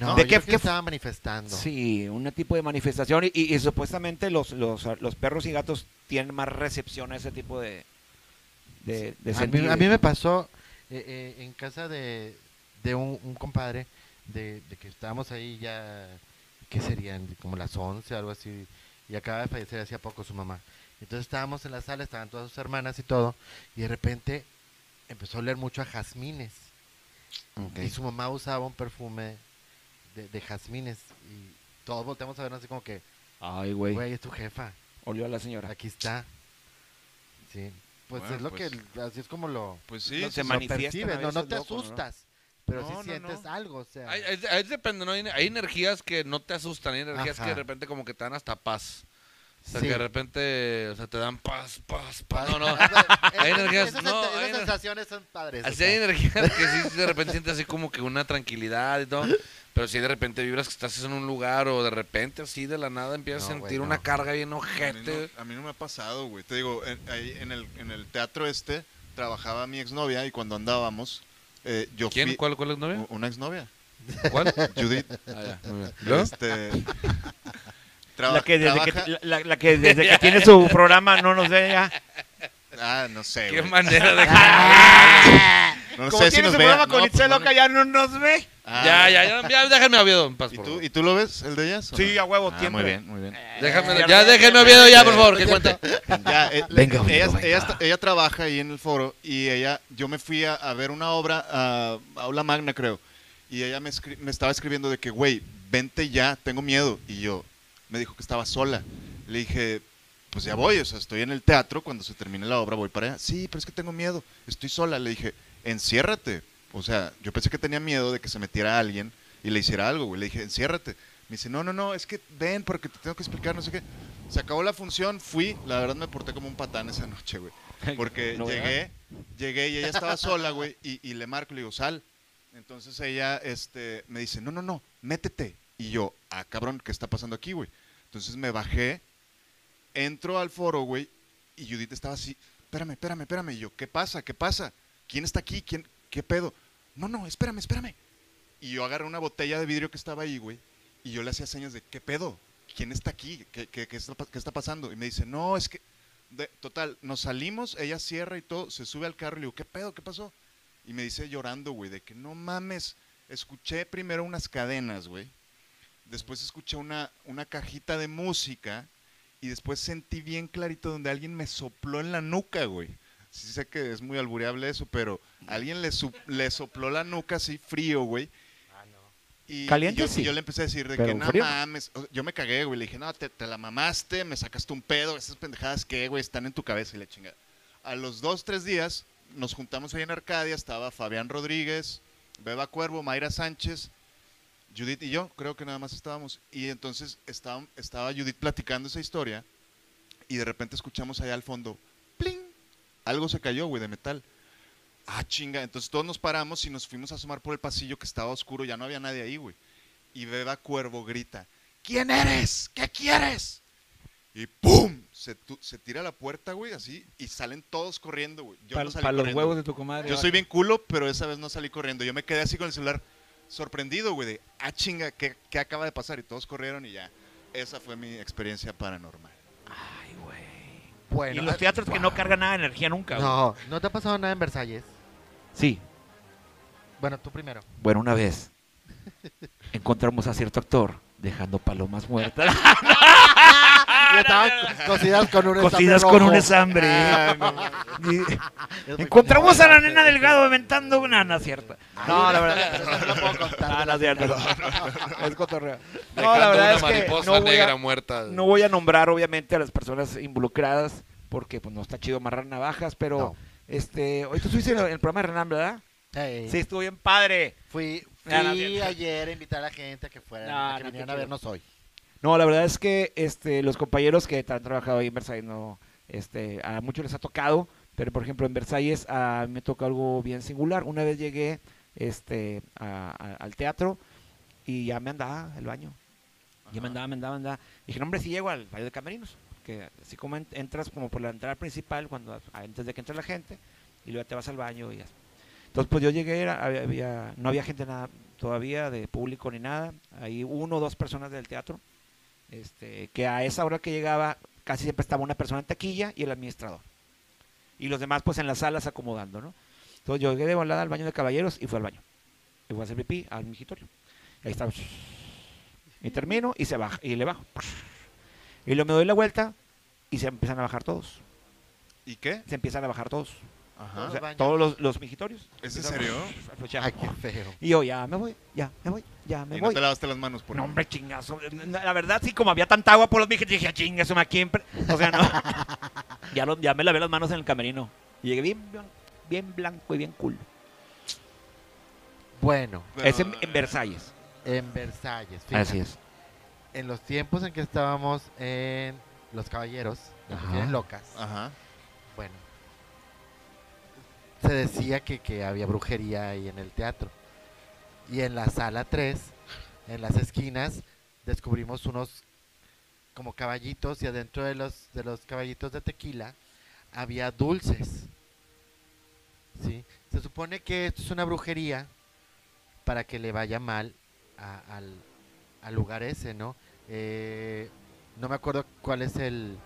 C: No,
B: ¿De
C: ¿De
B: qué-
C: qué,
B: qué-
C: estaba manifestando?
B: Sí, un tipo de manifestación y, y- y supuestamente los, los, los perros y gatos tienen más recepción a ese tipo de, de, de
C: a, mí,
B: sentidos.
C: a mí me pasó eh, eh, en casa de, de un, un compadre de, de que estábamos ahí ya, ¿qué serían? Como las 11, algo así, y acaba de fallecer hacía poco su mamá. Entonces estábamos en la sala, estaban todas sus hermanas y todo, y de repente empezó a oler mucho a jazmines. Y su mamá usaba un perfume de, de jazmines, y todos volteamos a vernos así como que,
B: Ay, güey.
C: güey, es tu jefa.
B: Olió a la señora.
C: Aquí está. Sí. Pues
D: Bueno,
C: es lo
D: pues.
C: que, así es como lo,
D: Pues sí,
B: No
D: sí,
B: se
D: sí.
C: lo
B: manifiestan a
C: percibes, no, no
B: veces
C: te
B: loco, ¿no?
C: asustas, pero si
D: No, no,
C: sientes
D: no.
C: algo, o sea,
A: Ahí, ahí- ahí depende, ¿no? Hay, hay energías que no te asustan, hay energías
C: Ajá.
A: que de repente como que te dan hasta paz. O sea,
C: Sí.
A: que de repente o sea, te dan paz, paz, paz.
C: paz.
A: No, no.
C: [laughs] Esas-
A: energías-
C: esas,
A: no,
C: sens-
A: hay
C: esas
A: ener-
C: sensaciones son padres. o
A: Así
C: sea.
A: hay energías que sí de repente sientes así como que una tranquilidad y todo. Pero si de repente vibras que estás en un lugar o de repente así de la nada empiezas a
C: No, güey,
A: sentir
C: no.
A: una carga bien
D: A mí,
A: ojete.
D: no, a mí no me ha pasado, güey. Te digo, en, ahí en el, en el teatro este trabajaba mi exnovia y cuando andábamos, eh, yo
A: ¿Quién?
D: fui-
A: ¿Cuál, cuál es novia?
D: u- Una exnovia, [laughs]
A: ¿Cuál? [laughs]
D: Judith.
A: Ah, ya, muy bien. [laughs]
D: Este, traba-
B: La que, desde que,
D: trabaja-
B: la- la- la [laughs] que desde que tiene su programa no nos ve ya.
D: Ah, no sé,
A: Qué
D: [laughs] güey.
A: manera de...
C: [laughs]
A: [laughs]
D: No
B: Como
D: sé si
B: tiene
D: nos
B: su
D: vea.
B: programa con
D: No,
B: Itzel
D: pues, no,
B: Loca, ya no nos ve.
D: Ah,
A: ya, ya, ya, ya, déjenme a Oviedo en paz,
D: ¿Y
A: por
D: tú,
A: favor.
D: ¿Y tú lo ves, el de ellas? o
B: Sí,
D: no?
B: a huevo,
D: Ah,
B: siempre.
D: Muy bien, muy bien.
A: Déjame- ya déjenme a Oviedo ya, por favor, que cuente.
D: Ya, eh,
B: Venga,
D: ella,
B: amigo,
D: ella
B: venga.
D: está- ella trabaja ahí en el foro y ella, yo me fui a, a ver una obra a Aula Magna, creo, y ella me, escri- me estaba escribiendo de que, güey, vente ya, tengo miedo. Y yo, me dijo que estaba sola. Le dije, pues ya voy, o sea, estoy en el teatro, cuando se termine la obra voy para allá. Sí, pero es que tengo miedo, estoy sola. Le dije, enciérrate. O sea, yo pensé que tenía miedo de que se metiera alguien y le hiciera algo, güey. Le dije, enciérrate. Me dice, no, no, no, es que ven porque te tengo que explicar, no sé qué. Se acabó la función, fui, la verdad me porté como un patán esa [laughs] noche, güey. Porque
B: No,
D: llegué, llegué y ella estaba sola, güey, y, y le marco, le digo, sal. Entonces ella este, me dice, no, no, no, métete. Y yo, ah, cabrón, ¿qué está pasando aquí, güey? Entonces me bajé, entro al foro, güey, y Judith estaba así, espérame, espérame, espérame. Y yo, ¿qué pasa? ¿Qué pasa? ¿Quién está aquí? ¿Quién? ¿Qué pedo? No, no, espérame, espérame. Y yo agarré una botella de vidrio que estaba ahí, güey, y yo le hacía señas de, ¿qué pedo? ¿Quién está aquí? ¿Qué, qué- qué está, pa- qué está pasando? Y me dice, no, es que, de- total, nos salimos, ella cierra y todo, se sube al carro y le digo, ¿qué pedo? ¿Qué pasó? Y me dice llorando, güey, de que no mames, escuché primero unas cadenas, güey, después escuché una, una cajita de música y después sentí bien clarito donde alguien me sopló en la nuca, güey. Sí sé que es muy albureable eso, pero alguien le, su- le sopló la nuca así frío, güey. Y,
B: Caliente
D: y yo,
B: sí,
D: y yo le empecé a decir de
B: pero
D: que no
B: frío".
D: mames, o sea, yo me cagué, güey, le dije, no, te, te la mamaste, me sacaste un pedo, esas pendejadas que, güey, están en tu cabeza y la chingada. A los dos, tres días nos juntamos ahí en Arcadia, estaba Fabián Rodríguez, Beba Cuervo, Mayra Sánchez, Judith y yo, creo que nada más estábamos. Y entonces estaba, estaba Judith platicando esa historia y de repente escuchamos allá al fondo, ¡pling! Algo se cayó, güey, de metal. Ah, chinga. Entonces todos nos paramos y nos fuimos a asomar por el pasillo que estaba oscuro, ya no había nadie ahí, güey. Y Beba Cuervo grita, ¿quién eres? ¿Qué quieres? Y ¡pum! Se, tu- se tira a la puerta, güey, así, y salen todos corriendo, güey. Yo no salí corriendo, güey.
B: de tu comadre.
D: Yo soy bien culo, pero esa vez no salí corriendo. Yo me quedé así con el celular sorprendido, güey, de, ah, chinga, ¿qué, qué acaba de pasar? Y todos corrieron y ya. Esa fue mi experiencia paranormal.
B: Ay, güey.
C: Bueno,
B: y los
C: ah,
B: teatros que no cargan nada de energía nunca. güey.
C: No, no te ha pasado nada en Versalles.
B: Sí.
C: Bueno, tú
B: [laughs]
C: primero.
B: Bueno, una vez encontramos a cierto actor dejando palomas muertas Ah,
C: Y estaban cocidas con un
B: cocidas
C: estambre
B: con un
C: rojo.
B: ensamble. Ah,
C: Es muy
B: Encontramos a
C: común.
B: la [laughs] nena delgado aventando una nana cierta. No, la verdad.
C: Eso no lo puedo contar.
B: Ah, no, es cierto, no. [laughs] Es cotorreo. No, la
A: Dejando
B: verdad
A: una
B: es que
A: mariposa
B: no voy,
A: negra
B: a,
A: muerta.
B: no voy a nombrar obviamente a las personas involucradas porque pues no está chido amarrar navajas, pero
C: No.
B: este, hoy tú estuviste en el en el programa de Renan, ¿verdad?
C: Ey,
B: Sí, estuvo bien padre.
C: Fui, fui
B: Ya, no, bien.
C: ayer a invitar a la gente a que fuera,
B: No,
C: a que
B: no,
C: vinieran
B: qué
C: a
B: chido.
C: vernos hoy.
B: No, la verdad es que este, los compañeros que han trabajado ahí en Versalles, no, este, a muchos les ha tocado, pero por ejemplo en Versalles a mí me tocó algo bien singular. Una vez llegué este, a- a- al teatro y ya me andaba el baño. Ya me andaba, me andaba, me andaba. Dije, no, hombre, si llego al baño de Camerinos, que así como en- entras como por la entrada principal, cuando antes de que entre la gente, y luego te vas al baño y así. Entonces, pues yo llegué, era- había- había- no había gente nada todavía de público ni nada. Ahí uno o dos personas del teatro, este, que a esa hora que llegaba casi siempre estaba una persona en taquilla y el administrador. Y los demás, pues en las salas acomodando, ¿no? Entonces yo llegué de volada al baño de caballeros y fui al baño. le voy a hacer pipí al migitorio. Ahí está. Y termino y se baja, y le bajo. Y luego me doy la vuelta y se empiezan a bajar todos.
D: ¿Y qué?
B: Se empiezan a bajar todos.
D: Ajá.
B: O sea,
C: baños.
B: todos los, los mijitorios.
D: ¿Es en
B: Empiezan a-
D: serio?
B: Pues ya.
C: Ay, qué feo.
B: Y yo, ya me voy, ya me voy, ya me
D: y
B: voy.
D: no te lavaste las manos por
B: Pues, No,
D: ahí.
B: hombre, chingazo. La verdad, sí, como había tanta agua por los mijes, dije, "Ah, chingazo, ¿a quién? pre-?" O sea, no. [laughs] ya, lo- ya me lavé las manos en el camerino. Y llegué bien, blan- bien blanco y bien cool.
C: Bueno,
D: Pero- eh,
B: es en, en Versalles.
C: en Versalles. fíjate,
B: es.
C: En los tiempos en que estábamos en Los Caballeros, las
B: Ajá. Ah.
C: mujeres locas.
D: Ajá.
C: Bueno. Se decía que, que había brujería ahí en el teatro. Y en la sala 3, en las esquinas, descubrimos unos como caballitos y adentro de los, de los caballitos de tequila había dulces. ¿Sí? Se supone que esto es una brujería para que le vaya mal a- al, al lugar ese, ¿no? Eh, no me acuerdo cuál es el,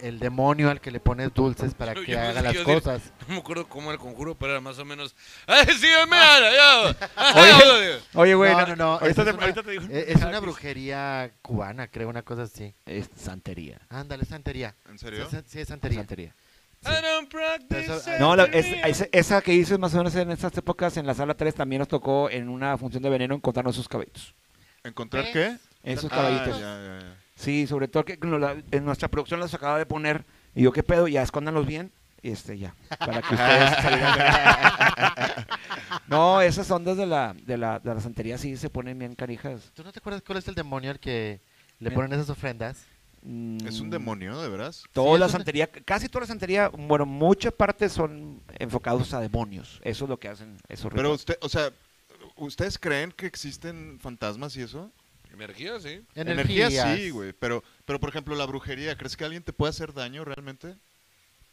C: el demonio al que le pones dulces para
A: [laughs] Yo-
C: que
A: yo pensé
C: haga
A: que
C: las
A: iba a decir-
C: cosas.
A: No me acuerdo cómo era el conjuro, pero era más o menos. ¡Ay, sí, me allá!
B: Ah. Oye, güey.
C: no, no, no.
B: Ahorita,
C: esa
B: te,
C: es
B: [laughs]
C: una-
B: ahorita te digo.
C: eh, Es una brujería cubana, creo, una cosa así.
B: Es santería.
C: Ándale, santería.
D: ¿En serio?
C: Sí, sí, es santería.
A: I don't practice.
B: No, la- es- es- esa que hizo más o menos en estas épocas en la sala 3 también nos tocó en una función de veneno encontrarnos esos caballitos.
D: ¿Encontrar
C: ¿Ves?
D: qué?
B: Esos
C: Ah,
B: caballitos.
D: ya, ya, ya.
B: Sí, sobre todo que nos la- en nuestra producción los acaba de poner. Y yo, ¿qué pedo? Ya, escóndanlos bien. Y este, ya. Para que ustedes
D: [laughs]
B: salgan. [laughs] no, esas ondas de la, de, la, de la santería sí se ponen bien carijas.
C: ¿Tú no te acuerdas cuál es el demonio al que le
B: Eh.
C: ponen esas ofrendas?
B: Mm,
D: ¿Es un demonio, de veras?
B: Toda
C: Sí,
B: la
C: es un-
B: santería, casi toda la santería, bueno, muchas partes son enfocados a demonios. Eso es lo que hacen esos
D: Pero
B: ritos.
D: usted, o sea, ¿ustedes creen que existen fantasmas y eso?
A: Energía, sí.
D: Energía
C: Energías.
D: sí, güey. Pero, pero, por ejemplo, la brujería, ¿crees que alguien te puede hacer daño realmente?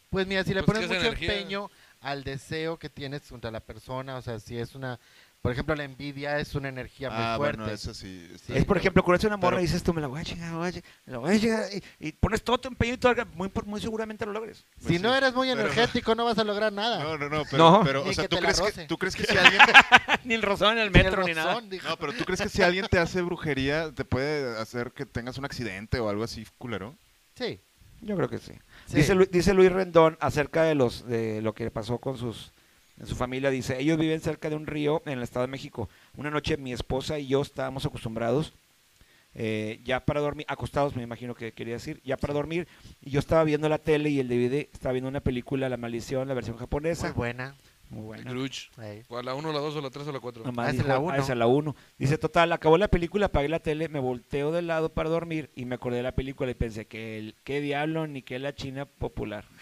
C: Pues mira, si le
A: Pues,
C: pones
A: ¿qué es
C: mucho
A: energía?
C: empeño al deseo que tienes contra la persona, o sea, si es una... Por ejemplo, la envidia es una energía muy
D: ah,
C: fuerte.
D: bueno, eso sí. está-
B: Es, por ejemplo, conoces una morra
D: Pero-
B: y dices tú, me la voy a chingar, me la voy a chingar, me la voy a chingar", y, y pones todo tu empeño y todo, muy, muy seguramente lo logres.
C: si
D: pues
C: no
D: sí.
C: eres muy
D: Pero-
C: energético, no vas a lograr nada.
D: No, no, no, pero,
B: No.
D: pero,
C: Ni
D: o sea,
C: que
D: ¿tú
C: te la
D: crees, que,
C: roce. [laughs]
D: ¿tú crees que si alguien...
B: [laughs] ni el rozón en el
C: Ni el
B: metro, ni nada.
C: rozón, dijo.
D: No, pero ¿tú crees que si alguien te hace brujería, te puede hacer que tengas un accidente o algo así culero?
C: Sí,
B: Yo creo que sí.
C: sí.
B: Dice, Lu- dice Luis Rendón acerca de los de lo que pasó con sus en su familia. Dice, ellos viven cerca de un río en el Estado de México. Una noche mi esposa y yo estábamos acostumbrados, eh, ya para dormir, acostados me imagino que quería decir, ya para dormir. Y yo estaba viendo la tele y el DVD, estaba viendo una película, La Maldición, la versión
C: Muy
B: japonesa.
C: buena.
B: Muy buena.
A: Gruch.
C: ey.
A: ¿Cuál? ¿La 1, la 2 o la 3 o la 4?
B: Nomás
C: Ah, esa es
B: dijo,
C: la uno.
B: "Ah, esa es la 1. Dice, total, acabó la película, apagué la tele, me volteo de lado para dormir y me acordé de la película y pensé que el, qué diablo ni qué la China popular. [laughs]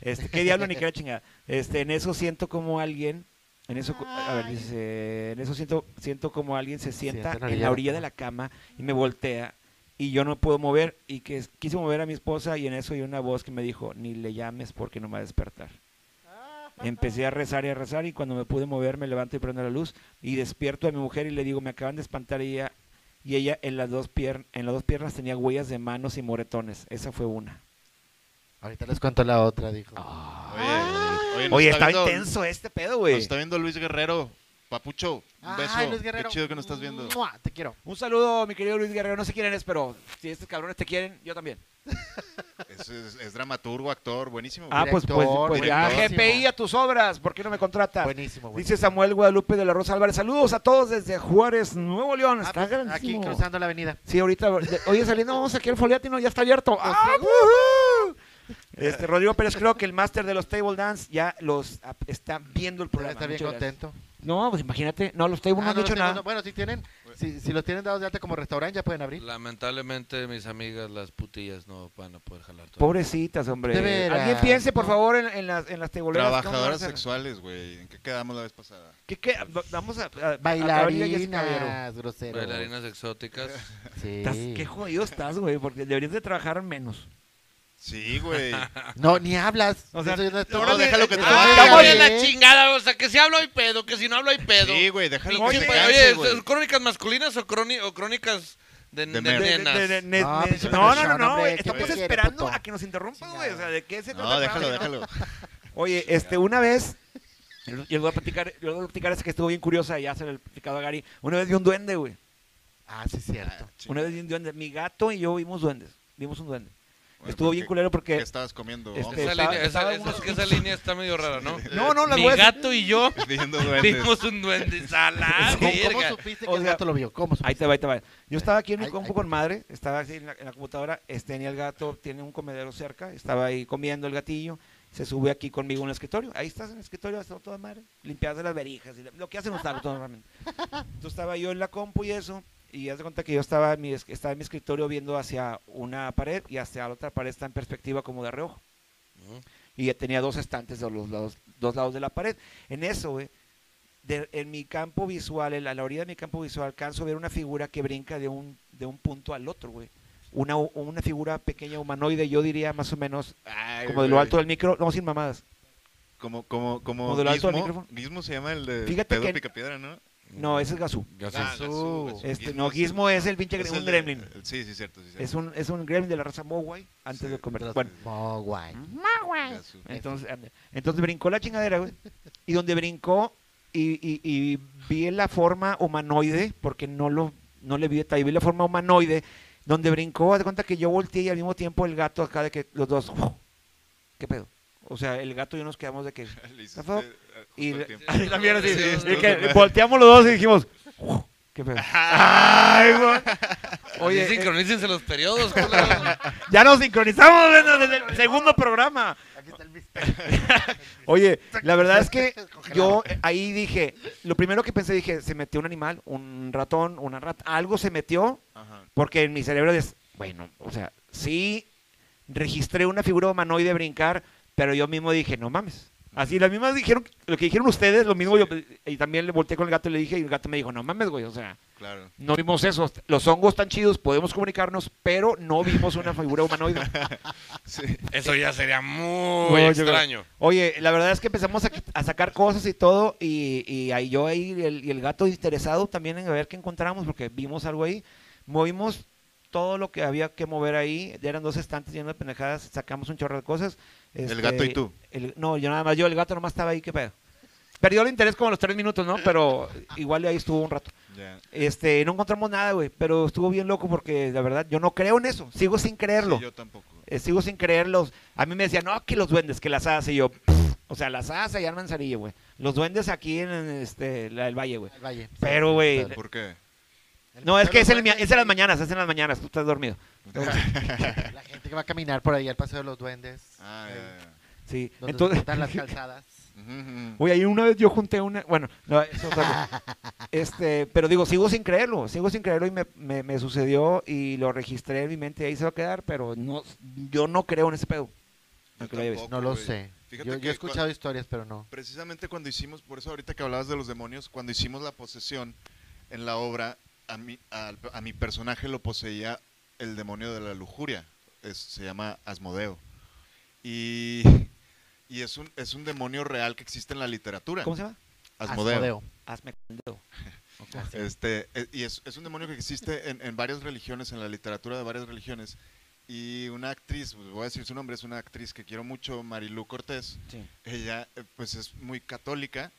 B: Este, qué diablo ni qué la chingada. Este, en eso siento como alguien, en eso, co- a ver,
C: Ay.
B: dice, en eso siento, siento como alguien se sienta en la
C: de la
B: orilla de
C: cama.
B: la cama y me voltea y yo no puedo mover y que quise mover a mi esposa y en eso oí una voz que me dijo, ni le llames porque no me va a
D: [laughs]
B: despertar. Empecé a rezar y a rezar y cuando me pude mover me levanto y prendo la luz y despierto a mi mujer y le digo, me acaban de espantar y ella, y ella en, las dos pier- en las dos piernas tenía huellas de manos y moretones. Esa fue una.
C: Ahorita les cuento la otra, dijo.
D: Oye, oye, nos
B: Oye, está
D: viendo-
B: intenso este pedo,
D: Nos
B: güey.
D: está viendo Luis Guerrero. Papucho, un beso.
C: Ay, Luis Guerrero.
D: Qué chido que nos estás viendo.
C: ¡Mua! Te quiero.
B: Un saludo, mi querido Luis Guerrero. No sé quién eres, pero si estos cabrones te quieren, yo también.
D: Es, es- es dramaturgo, actor, buenísimo.
B: Ah,
D: güey.
B: pues, pues,
C: Director,
B: pues ya,
C: buenísimo.
B: GPI a tus obras. ¿Por qué no me contratas?
C: Buenísimo, güey.
B: Dice Samuel Guadalupe de la Rosa Álvarez. Saludos a todos desde Juárez, Nuevo León.
C: Ah,
B: Está
C: pues, aquí
B: grandísimo.
C: cruzando la avenida.
B: Sí, ahorita, de- oye, saliendo, vamos aquí al foliatino, ya está abierto. ¡Ah, woohoo! Este, Rodrigo Pérez, creo que el máster de los table dance ya los ap- está viendo el programa.
C: está bien
B: Muchas gracias.
C: contento.
B: No, pues imagínate, no, los table no
C: Ah,
B: han
C: no,
B: dicho
C: los tengo,
B: nada.
C: no, Bueno, si tienen, si, si los tienen dados de alta como restaurante, ya pueden abrir.
A: Lamentablemente, mis amigas, las putillas, no van a poder jalar todo.
B: Pobrecitas, hombre.
C: De veras,
B: Alguien piense, por
C: no.
B: favor, en, en las, en las teboleras, ¿cómo van a
D: Trabajadoras
B: hacer?
D: sexuales, güey. ¿En qué quedamos la vez pasada?
B: ¿Qué- qué? Vamos a, a- a- a abrir a Jessica Vero.
C: Bailarinas, grosero.
A: Bailarinas exóticas.
C: Sí.
B: Estás- qué jodido estás, güey, porque deberías de trabajar menos. [laughs]
D: Sí, güey.
C: No, ni hablas.
B: O sea,
C: Eso ya no es-
D: No, déjalo que te
C: Eso
D: vaya
C: ya
A: Estamos
C: es-
A: en Ah, la chingada, o sea, que si hablo hay pedo, que si no hablo hay pedo.
D: Sí, güey, déjalo
A: Oye,
D: que se
A: pues,
D: canse,
A: oye,
D: güey.
A: ¿son ¿crónicas masculinas o, croni- o crónicas de,
D: De
A: de
D: men. De-
A: nenas?
B: De- de- ne-
C: Ah,
B: ne-
C: pinche
B: no, no, no,
C: persona,
B: no,
C: hombre,
B: güey,
C: ¿qué
B: estamos
C: quiere,
B: esperando
C: puto?
B: a que nos interrumpan, güey. O sea, ¿de qué se trata?
D: No,
B: el
D: déjalo,
B: programa,
D: déjalo.
B: Oye, este, una vez Y les voy a platicar, les voy a platicar esa que estuvo bien curiosa y ya se lo he platicado a Gary. Una vez vi un duende, güey.
C: Ah, sí, es cierto.
D: Sí.
B: Una vez vi un duende. Mi gato y yo vimos duendes. Vimos un duende.
D: Bueno,
B: Estuvo
D: pero
B: bien
D: ¿qué-
B: culero
D: ¿Qué
B: porque...
D: estabas comiendo?
B: Este-
D: Hongos.
A: Esa
B: Estaba-
A: línea- esa-
B: estaba
A: esa-
B: uno-
A: es que esa línea está medio rara, ¿no?
B: [laughs] No, no, las
A: Mi
B: voy a decir-
A: gato
B: [laughs]
A: y yo
D: [laughs]
A: [laughs]
D: Viendo duendes.
A: vimos un duende.
B: Ah,
A: ¡Salá,
C: ¿Cómo, cómo
A: verga!
C: supiste que
B: O
C: el
B: sea,
C: gato lo vio? ¿Cómo supiste?
B: Ahí te va, ahí te va. Yo estaba aquí en mi
C: Ahí-
B: compu
C: ahí-
B: con madre, estaba así en la, en la computadora, este, tenía el gato, tiene un comedero cerca, estaba ahí comiendo el gatillo, se sube aquí conmigo en el escritorio. Ahí estás en el escritorio, hasta toda madre, limpiando las verijas, y la- lo que hacen los tacos normalmente. Entonces estaba yo en la compu y eso, y haz de cuenta que yo estaba en, mi, es- estaba en mi escritorio viendo hacia una pared y hacia la otra pared está en perspectiva como de reojo. Y ya tenía dos estantes de los lados, dos lados de la pared. En eso, güey, de- en mi campo visual, en la, a la orilla de mi campo visual, alcanzo a ver una figura que brinca de un, de un punto al otro, güey. Una, hu- una figura pequeña humanoide, yo diría más o menos,
D: Ay,
B: como de lo
D: güey.
B: alto del micro, no, sin mamadas.
D: Como, como, como.
B: Como de lo alto del
D: Gizmo-
B: micrófono.
D: Gizmo se llama el de
B: Fíjate
D: Pedro
B: que-
D: Picapiedra, ¿no?
B: No, ese es Gazú.
D: Ah,
C: Gazú.
D: Gazú, Gazú.
B: Este, no,
D: es-
B: Gizmo es el pinche
D: es
B: gre-
D: el
B: un
D: de-
B: gremlin.
D: el- Sí, sí, cierto. Sí,
B: Es un, es un gremlin de la raza Mogwai antes
D: Sí,
B: de convertirse.
D: pero-
B: Bueno,
C: Oh, guay.
B: [laughs]
D: Gazú.
B: Entonces, ande- entonces brincó la chingadera, güey. Y donde brincó y, y- y vi la forma humanoide, porque no lo no le vi detalle, vi la forma humanoide, donde brincó, haz de cuenta que yo volteé y al mismo tiempo el gato acá de que los dos, [laughs] ¿qué pedo? O sea, el gato y yo nos quedamos de que...
D: Le hiciste,
B: ¿Está feo?
D: eh, justo
B: Y
D: al
B: le-
D: tiempo.
B: [laughs] y también así,
A: Sí,
B: y
A: sí,
B: que
D: sí.
B: volteamos los dos y dijimos, [laughs] ¿qué pedo? Ay, güey.
A: Oye,
B: Oye, eh,
A: sincronícense los periodos, culero.
B: [laughs] ya nos sincronizamos güey, desde el segundo programa.
C: Aquí está el [laughs] misterio.
B: Oye, la verdad es que yo
C: Congelado.
B: eh, ahí dije, lo primero que pensé, dije, se metió un animal, un ratón, una rata, algo se metió,
D: Ajá.
B: porque en mi cerebro es, bueno, o sea, sí registré una figura humanoide brincar, pero yo mismo dije, no mames. Así, las mismas dijeron, lo que dijeron ustedes, lo mismo yo, y también le volteé con el gato y le dije, y el gato me dijo, no mames, güey, o sea, [laughs]
D: Claro.
B: no vimos eso, los hongos están chidos, podemos comunicarnos, pero no vimos una figura humanoide.
D: Sí.
A: Eso ya sería muy
B: No, yo creo-
A: extraño.
B: Oye, la verdad es que empezamos a, a sacar cosas y todo, y, y ahí yo ahí y el, y el gato interesado también en ver qué encontramos, porque vimos algo ahí, movimos todo lo que había que mover ahí, eran dos estantes llenos de pendejadas, sacamos un chorro de cosas. este,
D: gato y tú?
B: el- no, yo nada más, yo el gato nomás estaba ahí, qué pedo. Perdió el interés como a los tres minutos, ¿no? Pero igual ahí estuvo un rato.
D: Ya.
B: Este, no encontramos nada, güey, pero estuvo bien loco porque la verdad yo no creo en eso, sigo sin creerlo.
D: Sí, yo tampoco.
B: Eh, sigo sin creerlos. A mí me decían, no, que los duendes, que las hadas. Y yo, "Pff". o sea, las hadas allá en Manzanillo, güey. Los duendes aquí en este, la del Valle, güey.
C: El valle.
B: Pero, güey.
C: claro.
D: ¿Por qué?
B: No, es que es, en el mia-
C: duende,
B: es en las mañanas, es en las mañanas. Tú estás dormido.
C: La gente que va a caminar por ahí al paseo de los duendes.
D: [laughs] Ah,
C: eh,
D: ya, ya.
B: Sí.
C: Donde
B: Entonces, [laughs]
C: están las calzadas.
D: Ujú, ujú.
B: Oye, ahí una vez yo junté una. Bueno, no, es otra cosa. Este, pero digo, sigo sin creerlo, sigo sin creerlo y me, me- me sucedió y lo registré en mi mente y ahí se va a quedar, pero no, yo no creo en ese pedo.
D: Yo
B: que lo lleves.
D: tampoco,
C: No lo
D: güey.
C: sé. Yo,
D: Fíjate
C: yo
D: que
C: he escuchado historias, pero no.
D: Precisamente cuando hicimos, por eso ahorita que hablabas de los demonios, cuando hicimos la posesión en la obra, a mi, al- a, mi personaje lo poseía el demonio de la lujuria, es- se llama Asmodeo. Y, [laughs] y es, un, es un demonio real que existe en la literatura,
B: ¿Cómo se llama?
D: Asmodeo.
B: Hazme condeo.
D: Este, e- y es, es un demonio que existe en, en varias religiones, en la literatura de varias religiones. Y una actriz, pues, voy a decir su nombre, es una actriz que quiero mucho, Marilú Cortés,
B: Sí.
D: ella eh, pues es muy católica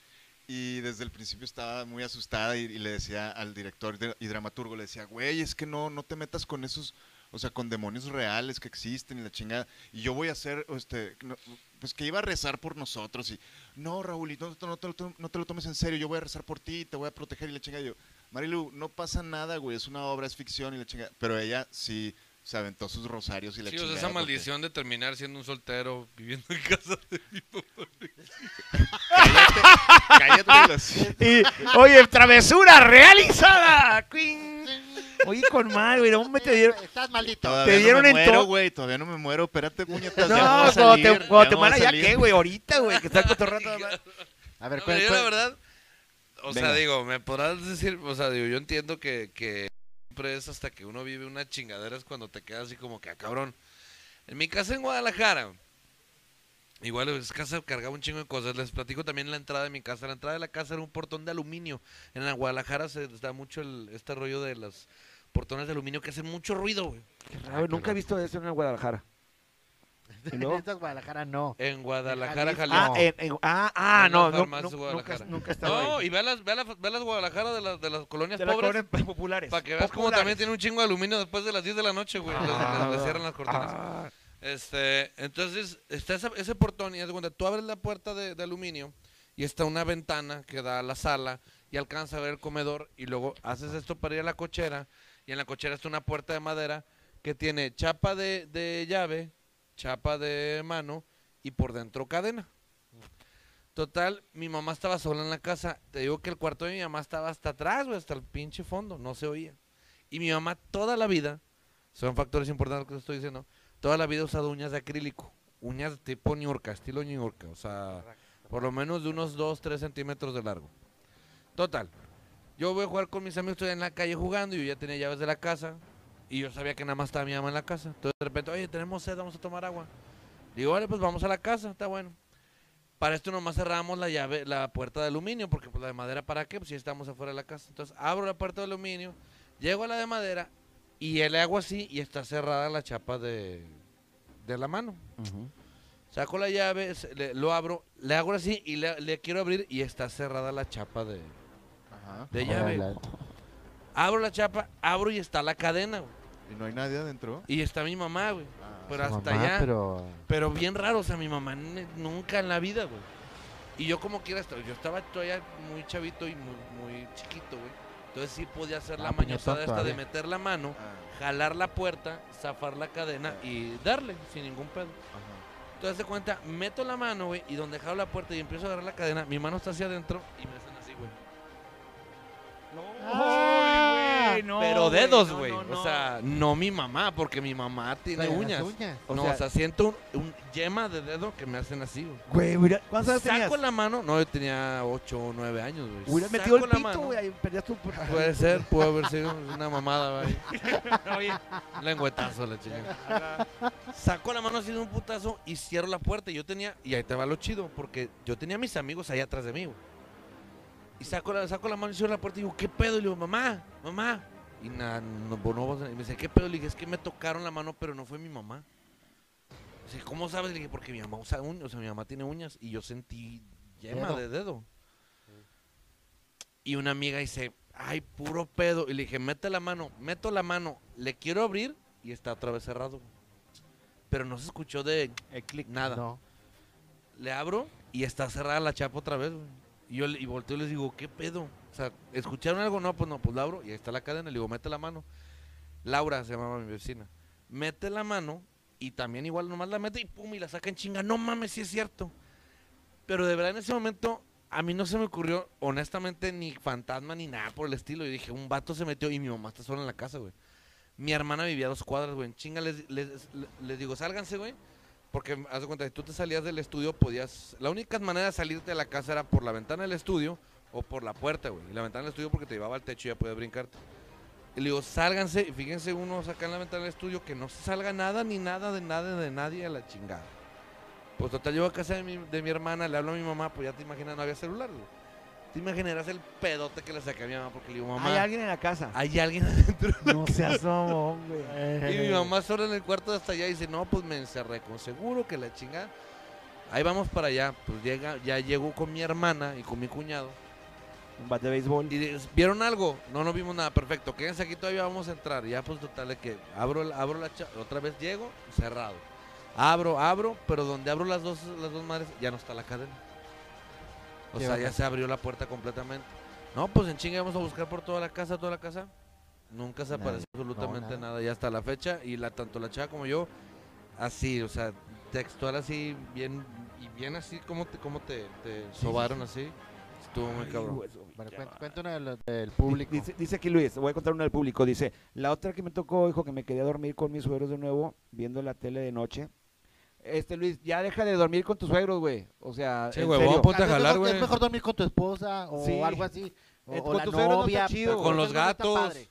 D: y desde el principio estaba muy asustada y, y le decía al director de- y dramaturgo, le decía, güey, es que no, no te metas con esos, o sea, con demonios reales que existen y la chingada. Y yo voy a hacer, este, no, pues que iba a rezar por nosotros y, no, Raúl, y no, te- no te, lo to- no te lo tomes en serio, yo voy a rezar por ti, te voy a proteger y la chingada. Y yo, Marilu, no pasa nada, güey, es una obra, es ficción y la chingada. Pero ella sí se aventó sus rosarios y la
A: Sí, o sea,
D: chingada.
A: esa
D: porque-
A: maldición de terminar siendo un soltero, viviendo en casa de mi papá.
D: [laughs] Cállate, cállate, los-
A: [laughs]
B: Y, oye, travesura realizada.
C: [laughs]
B: Queen. Oye, con madre, güey, hombre, te dieron.
C: Estás maldito.
D: Todavía
B: Te dieron
D: no me
B: en
D: muero,
B: todo-
D: güey. Todavía no me muero. Espérate,
B: No,
D: puñetas. ya me voy a
B: cuando
D: salir,
B: te, cuando te
D: me voy a
B: muera, ya
D: salir.
B: qué, güey, ahorita, güey, que estás
A: [laughs]
B: cotorrando.
C: A ver,
A: No,
C: ¿cuál,
A: pero yo
C: cuál-
A: la
C: [laughs]
A: verdad, o sea,
B: Venga.
A: digo, me podrás decir, o sea, digo, yo entiendo que, que siempre es hasta que uno vive unas chingaderas cuando te quedas así como que, ah, cabrón. En mi casa en Guadalajara, igual es casa cargaba un chingo de cosas. Les platico también la entrada de mi casa. La entrada de la casa era un portón de aluminio. En la Guadalajara se da mucho el- este rollo de los portones de aluminio que hacen mucho ruido, güey.
B: Nunca he visto eso en Guadalajara. ¿Y luego?
C: Esta Guadalajara no.
A: En Guadalajara,
C: En
A: Jalisco.
B: Ah, en- en- ah, ah,
A: En
B: no,
A: las
B: no,
A: farmacias
B: nu- nunca,
A: de Guadalajara.
B: nunca he estado
A: No,
B: ahí.
A: y ve a las, ve a las, ve a las Guadalajara de las, de las colonias
B: Te la
A: pobres.
B: cobran populares.
A: Para que veas cómo
B: populares.
A: también tiene un chingo de aluminio después de las 10 de la noche, güey. Les-
B: Ah.
A: les- les cierran las cortinas.
B: Ah,
A: Este, entonces, está esa- ese portón y haz de cuenta, tú abres la puerta de, de aluminio y está una ventana que da a la sala y alcanza a ver el comedor y luego haces esto para ir a la cochera y en la cochera está una puerta de madera que tiene chapa de, de llave, chapa de mano y por dentro cadena. Total, mi mamá estaba sola en la casa. Te digo que el cuarto de mi mamá estaba hasta atrás, güey, hasta el pinche fondo, no se oía. Y mi mamá toda la vida, son factores importantes que estoy diciendo, toda la vida ha usado uñas de acrílico, uñas tipo ñurca, estilo ñurca, o sea, por lo menos de unos 2, 3 centímetros de largo. Total, yo voy a jugar con mis amigos, estoy en la calle jugando y yo ya tenía llaves de la casa y yo sabía que nada más estaba mi mamá en la casa. Entonces de repente, oye, tenemos sed, vamos a tomar agua. Digo, vale, pues vamos a la casa, está bueno. Para esto nomás cerramos la llave, la puerta de aluminio, porque pues la de madera para qué, pues si estamos afuera de la casa. Entonces abro la puerta de aluminio, llego a la de madera y ya le hago así y está cerrada la chapa de, de la mano. Saco la llave, se- le- lo abro, le hago así y le, le quiero abrir y está cerrada la chapa de,
D: Ajá.
A: de llave. Abro la chapa, abro y está la cadena, güey.
D: ¿Y no hay nadie adentro? Ah.
A: Y está mi mamá, güey. Pero
C: Ah, Su
A: hasta
C: mamá,
A: allá.
C: Pero...
A: Pero bien raro, o sea, mi mamá ne- nunca en la vida, güey. Y yo como quiera, estaba- yo estaba todavía muy chavito y muy, muy chiquito, güey. Entonces sí podía hacer la
C: Ah, pues, yo
A: mañotada esta de
C: todavía.
A: meter la mano,
D: Ah,
A: jalar la puerta, zafar la cadena
B: Ah.
A: y darle sin ningún pedo.
D: ajá.
A: Entonces de cuenta, meto la mano, güey, y donde jalo la puerta y empiezo a agarrar la cadena, mi mano está hacia adentro y me hacen así, güey.
B: ¡Ay, güey! No,
A: Pero
B: güey,
A: dedos,
B: no,
A: güey.
B: no, no.
A: O sea, no mi mamá, porque mi mamá tiene
C: Traía las
A: uñas.
C: uñas.
B: O
A: no,
B: sea-
A: o sea, siento un, un yema de dedo que me hacen así, güey.
B: Güey, hubiera- ¿cuántos años
A: Saco
B: tenías?
A: la mano, no, yo tenía 8 o 9 años, güey.
B: Hubieras
A: Saco
B: metido el
A: la
B: pito,
A: mano.
B: güey. ahí Perdías tu...
A: Puede ser, puede haber sido una mamada, güey.
B: Oye,
A: Un Lengüetazo, la chingada. Saco la mano así de un putazo y cierro la puerta. Y yo tenía, y ahí te va lo chido, porque yo tenía a mis amigos ahí atrás de mí, güey. Y saco la, saco la mano y cierro la puerta y digo, ¿qué pedo? Y le digo, mamá, mamá. Y nada, no, pues, no vas a- y me dice, ¿qué pedo? Le dije, es que me tocaron la mano, pero no fue mi mamá. O sea, ¿cómo sabes? Le dije, porque mi mamá usa uñas, o sea, mi mamá tiene uñas y yo sentí yema
C: Dedo.
A: de dedo. Y una amiga dice, ay, puro pedo. Y le dije, mete la mano, meto la mano, le quiero abrir y está otra vez cerrado. Pero no se escuchó de
B: el click.
A: nada.
C: No.
A: Le abro y está cerrada la chapa otra vez, güey. Y yo le- y volteo y les digo, ¿qué pedo? O sea, ¿escucharon algo? No, pues no, pues la abro y ahí está la cadena. Le digo, mete la mano. Laura se llamaba mi vecina. Mete la mano y también igual nomás la mete y pum, y la saca en chinga. No mames, sí es cierto. Pero de verdad en ese momento a mí no se me ocurrió, honestamente, ni fantasma ni nada por el estilo. Yo dije, un vato se metió y mi mamá está sola en la casa, güey. Mi hermana vivía a dos cuadras, güey. En chinga les, les- les digo, sálganse, güey. Porque haz de cuenta, si tú te salías del estudio, podías. La única manera de salirte de la casa era por la ventana del estudio o por la puerta, güey. Y la ventana del estudio porque te llevaba al techo y ya podías brincarte. Y le digo, sálganse y fíjense unos acá en la ventana del estudio que no se salga nada ni nada de nada de nadie a la chingada. Pues total, llego a casa de mi, de mi hermana, le hablo a mi mamá, pues ya te imaginas, no había celular, güey. Te imaginarás el pedote que le saqué a mi mamá porque le digo,
B: Hay
A: mamá,
B: alguien en la casa.
A: hay alguien [laughs] adentro.
B: No seas homo, güey.
A: Y
C: [laughs]
A: mi mamá sola en el cuarto de hasta allá dice, no, pues me encerré con seguro que la chingada. Ahí vamos para allá. Pues llega, ya llegó con mi hermana y con mi cuñado.
B: Un bat de béisbol.
A: Y dices, ¿vieron algo? No, no vimos nada. Perfecto, quédense aquí, todavía vamos a entrar. Ya pues total de que abro, la- abro la cha- otra vez llego, cerrado. Abro, abro, pero donde abro las dos, las dos madres, ya no está la cadena. O
C: Qué
A: sea, ya
C: bárbaro.
A: se abrió la puerta completamente. No, pues en chinga vamos a buscar por toda la casa, toda la casa. Nunca se
C: Nada,
A: apareció absolutamente
C: nada.
A: nada. ya hasta la fecha. Y la tanto la chava como yo, así, o sea, textual así, bien, y bien así como te, como te, te sobaron así. Estuvo muy cabrón.
C: Bueno, cuenta, cuenta una de lo- del público.
B: Dice, dice aquí Luis, voy a contar una del público. Dice, la otra que me tocó, hijo, que me quedé a dormir con mis suegros de nuevo, viendo la tele de noche. Este Luis, ya deja de dormir con tus suegros, güey. O sea,
A: Sí, pues.
B: en
A: güey,
B: serio.
A: vamos a ponte
C: Ah, no,
A: jalar,
C: es mejor-
A: güey.
C: Es mejor dormir con tu esposa o
B: Sí.
C: algo así. O,
B: Eh,
C: o
B: con
C: la
B: tu suegro no está
C: novia.
B: chido,
C: pero
B: güey.
A: Con los
C: suegro no está
A: gatos.
C: padre.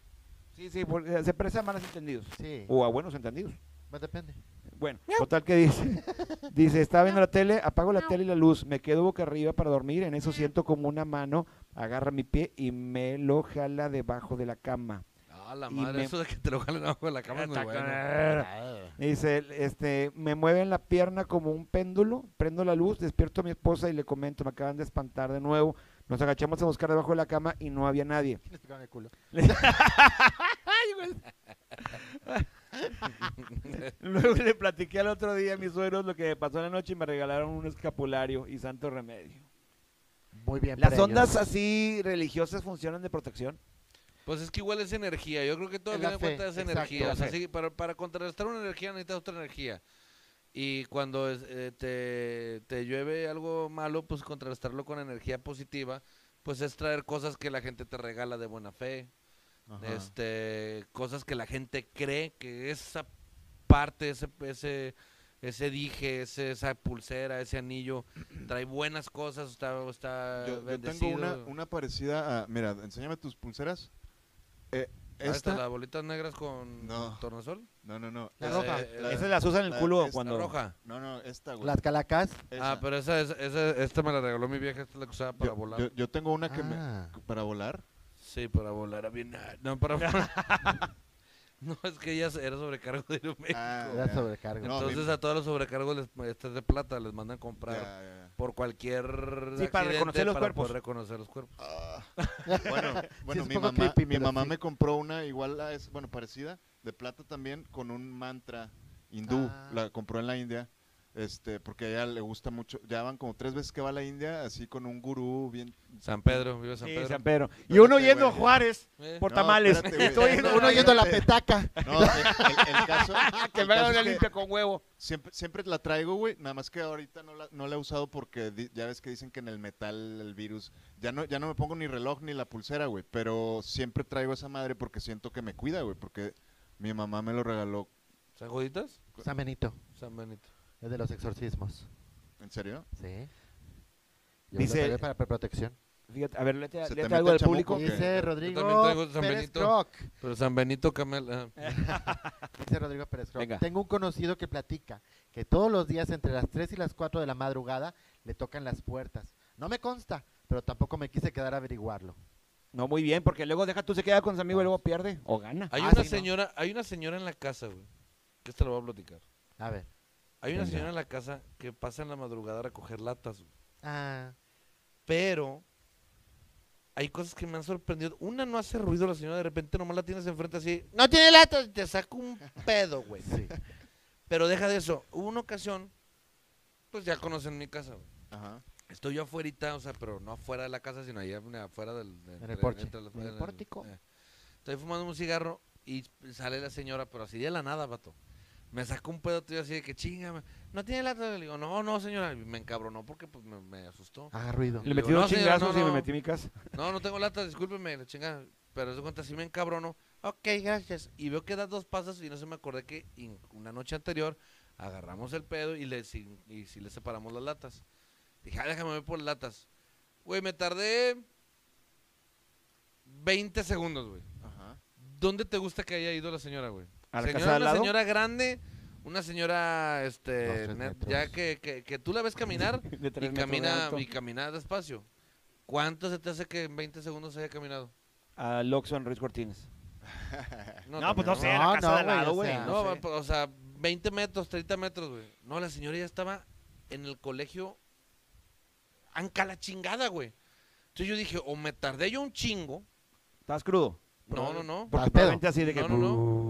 B: Sí, sí, porque se presta a malos entendidos.
C: Sí,
D: Uh.
B: O a buenos entendidos.
C: más depende.
B: Bueno, total que dice. [laughs] Dice, estaba viendo la tele, apago la tele y la luz, me quedo boca arriba para dormir, en eso siento como una mano agarra mi pie y me lo jala debajo de la cama.
A: A la
B: Y
A: madre,
B: me-
A: eso de que te lo jalen abajo de la cama es muy bueno.
B: Dice, este, me mueven la pierna como un péndulo, prendo la luz, despierto a mi esposa y le comento, me acaban de espantar de nuevo. Nos agachamos a buscar debajo de la cama y no había nadie.
C: Les picaron el culo.
B: [laughs] Luego le platiqué al otro día a mis suegros lo que me pasó en la noche y me regalaron un escapulario y santo remedio.
C: Muy bien.
B: ¿Las
C: para
B: ondas
C: ellos.
B: así religiosas funcionan de protección?
A: Pues es que igual es energía. Yo creo que todo
C: Es
A: viene
C: la
A: en cuenta
C: fe,
A: es
C: exacto,
A: energía.
C: la
A: O sea,
C: fe.
A: sí, para, para contrarrestar una energía necesitas otra energía. Y cuando es- eh, te, te llueve algo malo, pues contrarrestarlo con energía positiva, pues es traer cosas que la gente te regala de buena fe.
C: Ajá.
A: este cosas que la gente cree que esa parte ese ese ese dije ese- esa pulsera ese anillo trae buenas cosas está está
D: Yo, yo tengo
A: bendecido.
D: una, una parecida a. Mira, enséñame tus pulseras. Eh,
A: Ah, esta, las
D: esta.
A: bolitas negras con
D: No.
A: tornasol
D: No, no, no.
C: La
D: eh,
C: roja.
D: la-
B: Esas las usan en el
D: la-
B: culo
D: esta
A: la
B: cuando...
A: roja
D: No, no, esta, güey.
C: Las calacas.
D: Esa.
A: ah pero esa, es- esa esta me la regaló mi vieja esta es la que usaba para
D: yo,
A: volar
D: yo- yo tengo una que
C: Ah.
D: me. Para volar.
A: sí para volar a bien no para
D: [laughs]
A: volar. [laughs] no es que ella era sobrecargo de
B: Eh,
A: Aeroméxico.
D: Ah,
C: Era
D: ya.
C: sobrecargo.
D: No,
A: entonces
D: mi-
A: a todos los sobrecargos les, estas de plata les mandan
D: Ya,
A: comprar
D: ya, ya.
A: por cualquier
B: Sí, para
A: accidente,
B: reconocer los
A: para
B: cuerpos.
A: poder reconocer los cuerpos.
D: Ah.
C: [laughs]
D: bueno,
C: es
D: bueno
C: un
D: mi
C: poco
D: mamá,
C: creepy,
D: mi
C: pero
D: mamá
C: sí.
D: me compró una igual a esa, bueno, parecida, de plata también, con un mantra hindú.
C: Ah.
D: La compró en la India, este, porque a ella le gusta mucho. Ya van como tres veces que va a la India, así con un gurú bien.
A: San Pedro, vive
B: Sí,
A: San Pedro.
B: San Pedro. Y
D: Espérate,
B: uno yendo a
D: güey.
B: Juárez
A: Eh,
B: por
D: No,
B: tamales.
D: espérate, güey.
B: Estoy
D: No,
B: yendo-
C: Uno
D: no,
B: [laughs]
C: yendo a la
D: espérate.
C: petaca.
D: No, el, el-
C: [laughs]
D: el caso.
B: que
D: el
B: me hagan una
D: caso es que
B: limpia con huevo.
D: Siempre, siempre la traigo, güey. Nada más que ahorita no la, no la he usado porque di- ya ves que dicen que en el metal el virus. Ya no, ya no me pongo ni reloj ni la pulsera, güey. Pero siempre traigo esa madre porque siento que me cuida, güey. Porque mi mamá me lo regaló.
A: ¿San Juditas?
C: San Benito.
A: San Benito.
C: Es de los exorcismos.
D: ¿En serio?
C: Sí. Yo
B: Dice-
C: lo tragué para protección.
B: Fíjate, a ver, léete,
D: Se te
B: léete
D: mete
B: algo
D: el
B: del público.
D: chamuco. Ok.
C: Dice
A: también
C: Rodrigo
A: traigo San
C: Pérez
A: Benito.
C: Croc.
A: Pero San Benito Camel. ah.
C: Dice Rodrigo Pérez Croc.
B: Venga.
C: Tengo un conocido que platica que todos los días entre las 3 y las 4 de la madrugada le tocan las puertas. No me consta, pero tampoco me quise quedar a averiguarlo.
B: No, muy bien, porque luego deja tú se queda con su amigo y luego pierde o gana.
A: Hay
C: Ah,
A: una
C: sí, ¿no?
A: señora, hay una señora en la casa, güey. Que esta lo voy a platicar.
C: A ver.
A: Hay una
B: Venga.
A: señora en la casa que pasa en la madrugada a recoger latas, güey.
C: Ah,
A: Pero hay cosas que me han sorprendido. Una no hace ruido la señora, de repente nomás la tienes enfrente así. No tiene latas, y te saca un pedo, güey.
C: sí.
A: Pero deja de eso. Hubo una ocasión, pues ya conocen mi casa, güey.
D: Ajá.
A: Estoy yo afuerita, o sea, pero no afuera de la casa, sino allá afuera del... de-
C: En el
A: entre-
C: porche,
A: entre las-
C: en el pórtico.
A: eh. Estoy fumando un cigarro y sale la señora, pero así de la nada, vato. Me sacó un pedo tío así de que chingame. ¿No tiene lata? Le digo, no, no, señora. Y me encabronó porque pues, me, me asustó.
C: Haga ruido.
B: Le
A: Digo,
B: metí
A: no,
B: dos
A: señora,
B: chingazos
A: no,
B: y
A: no.
B: me metí en mi casa. [laughs]
A: No, no tengo lata, discúlpeme, la chingada. Pero de cuenta, sí me encabrono. Ok, gracias. Y veo que das dos pasos y no se me acordé que in- una noche anterior agarramos el pedo y le, si- y si le separamos las latas. Dije, ah, déjame ver por las latas. Güey, me tardé 20 segundos, güey.
D: Ajá.
A: ¿Dónde te gusta que haya ido la señora, güey?
B: ¿A la
A: Señora,
B: casa de al
A: una
B: lado?
A: señora grande, una señora,
C: Dos,
A: este,
C: tres
A: net-
C: metros.
A: ya que, que, que tú la ves caminar
B: De tres metros
A: y
B: de
A: camina,
B: alto.
A: y camina despacio. ¿Cuánto se te hace que en 20 segundos haya caminado?
B: A Loxon Ruiz Cortines. No,
A: también,
B: pues no sé, la
C: No,
B: casa
C: no,
B: de al
C: güey,
B: lado,
C: o
B: güey.
C: sea,
A: No,
B: no
A: va,
B: sé.
A: pues, o sea, 20 metros, 30 metros, güey. No, la señora ya estaba en el colegio anca la chingada, güey. Entonces yo dije, o me tardé yo un chingo.
B: ¿Estás crudo?
A: No, no, no.
B: Porque
C: Al pedo.
B: probablemente así de que... pues,
A: No, no, no.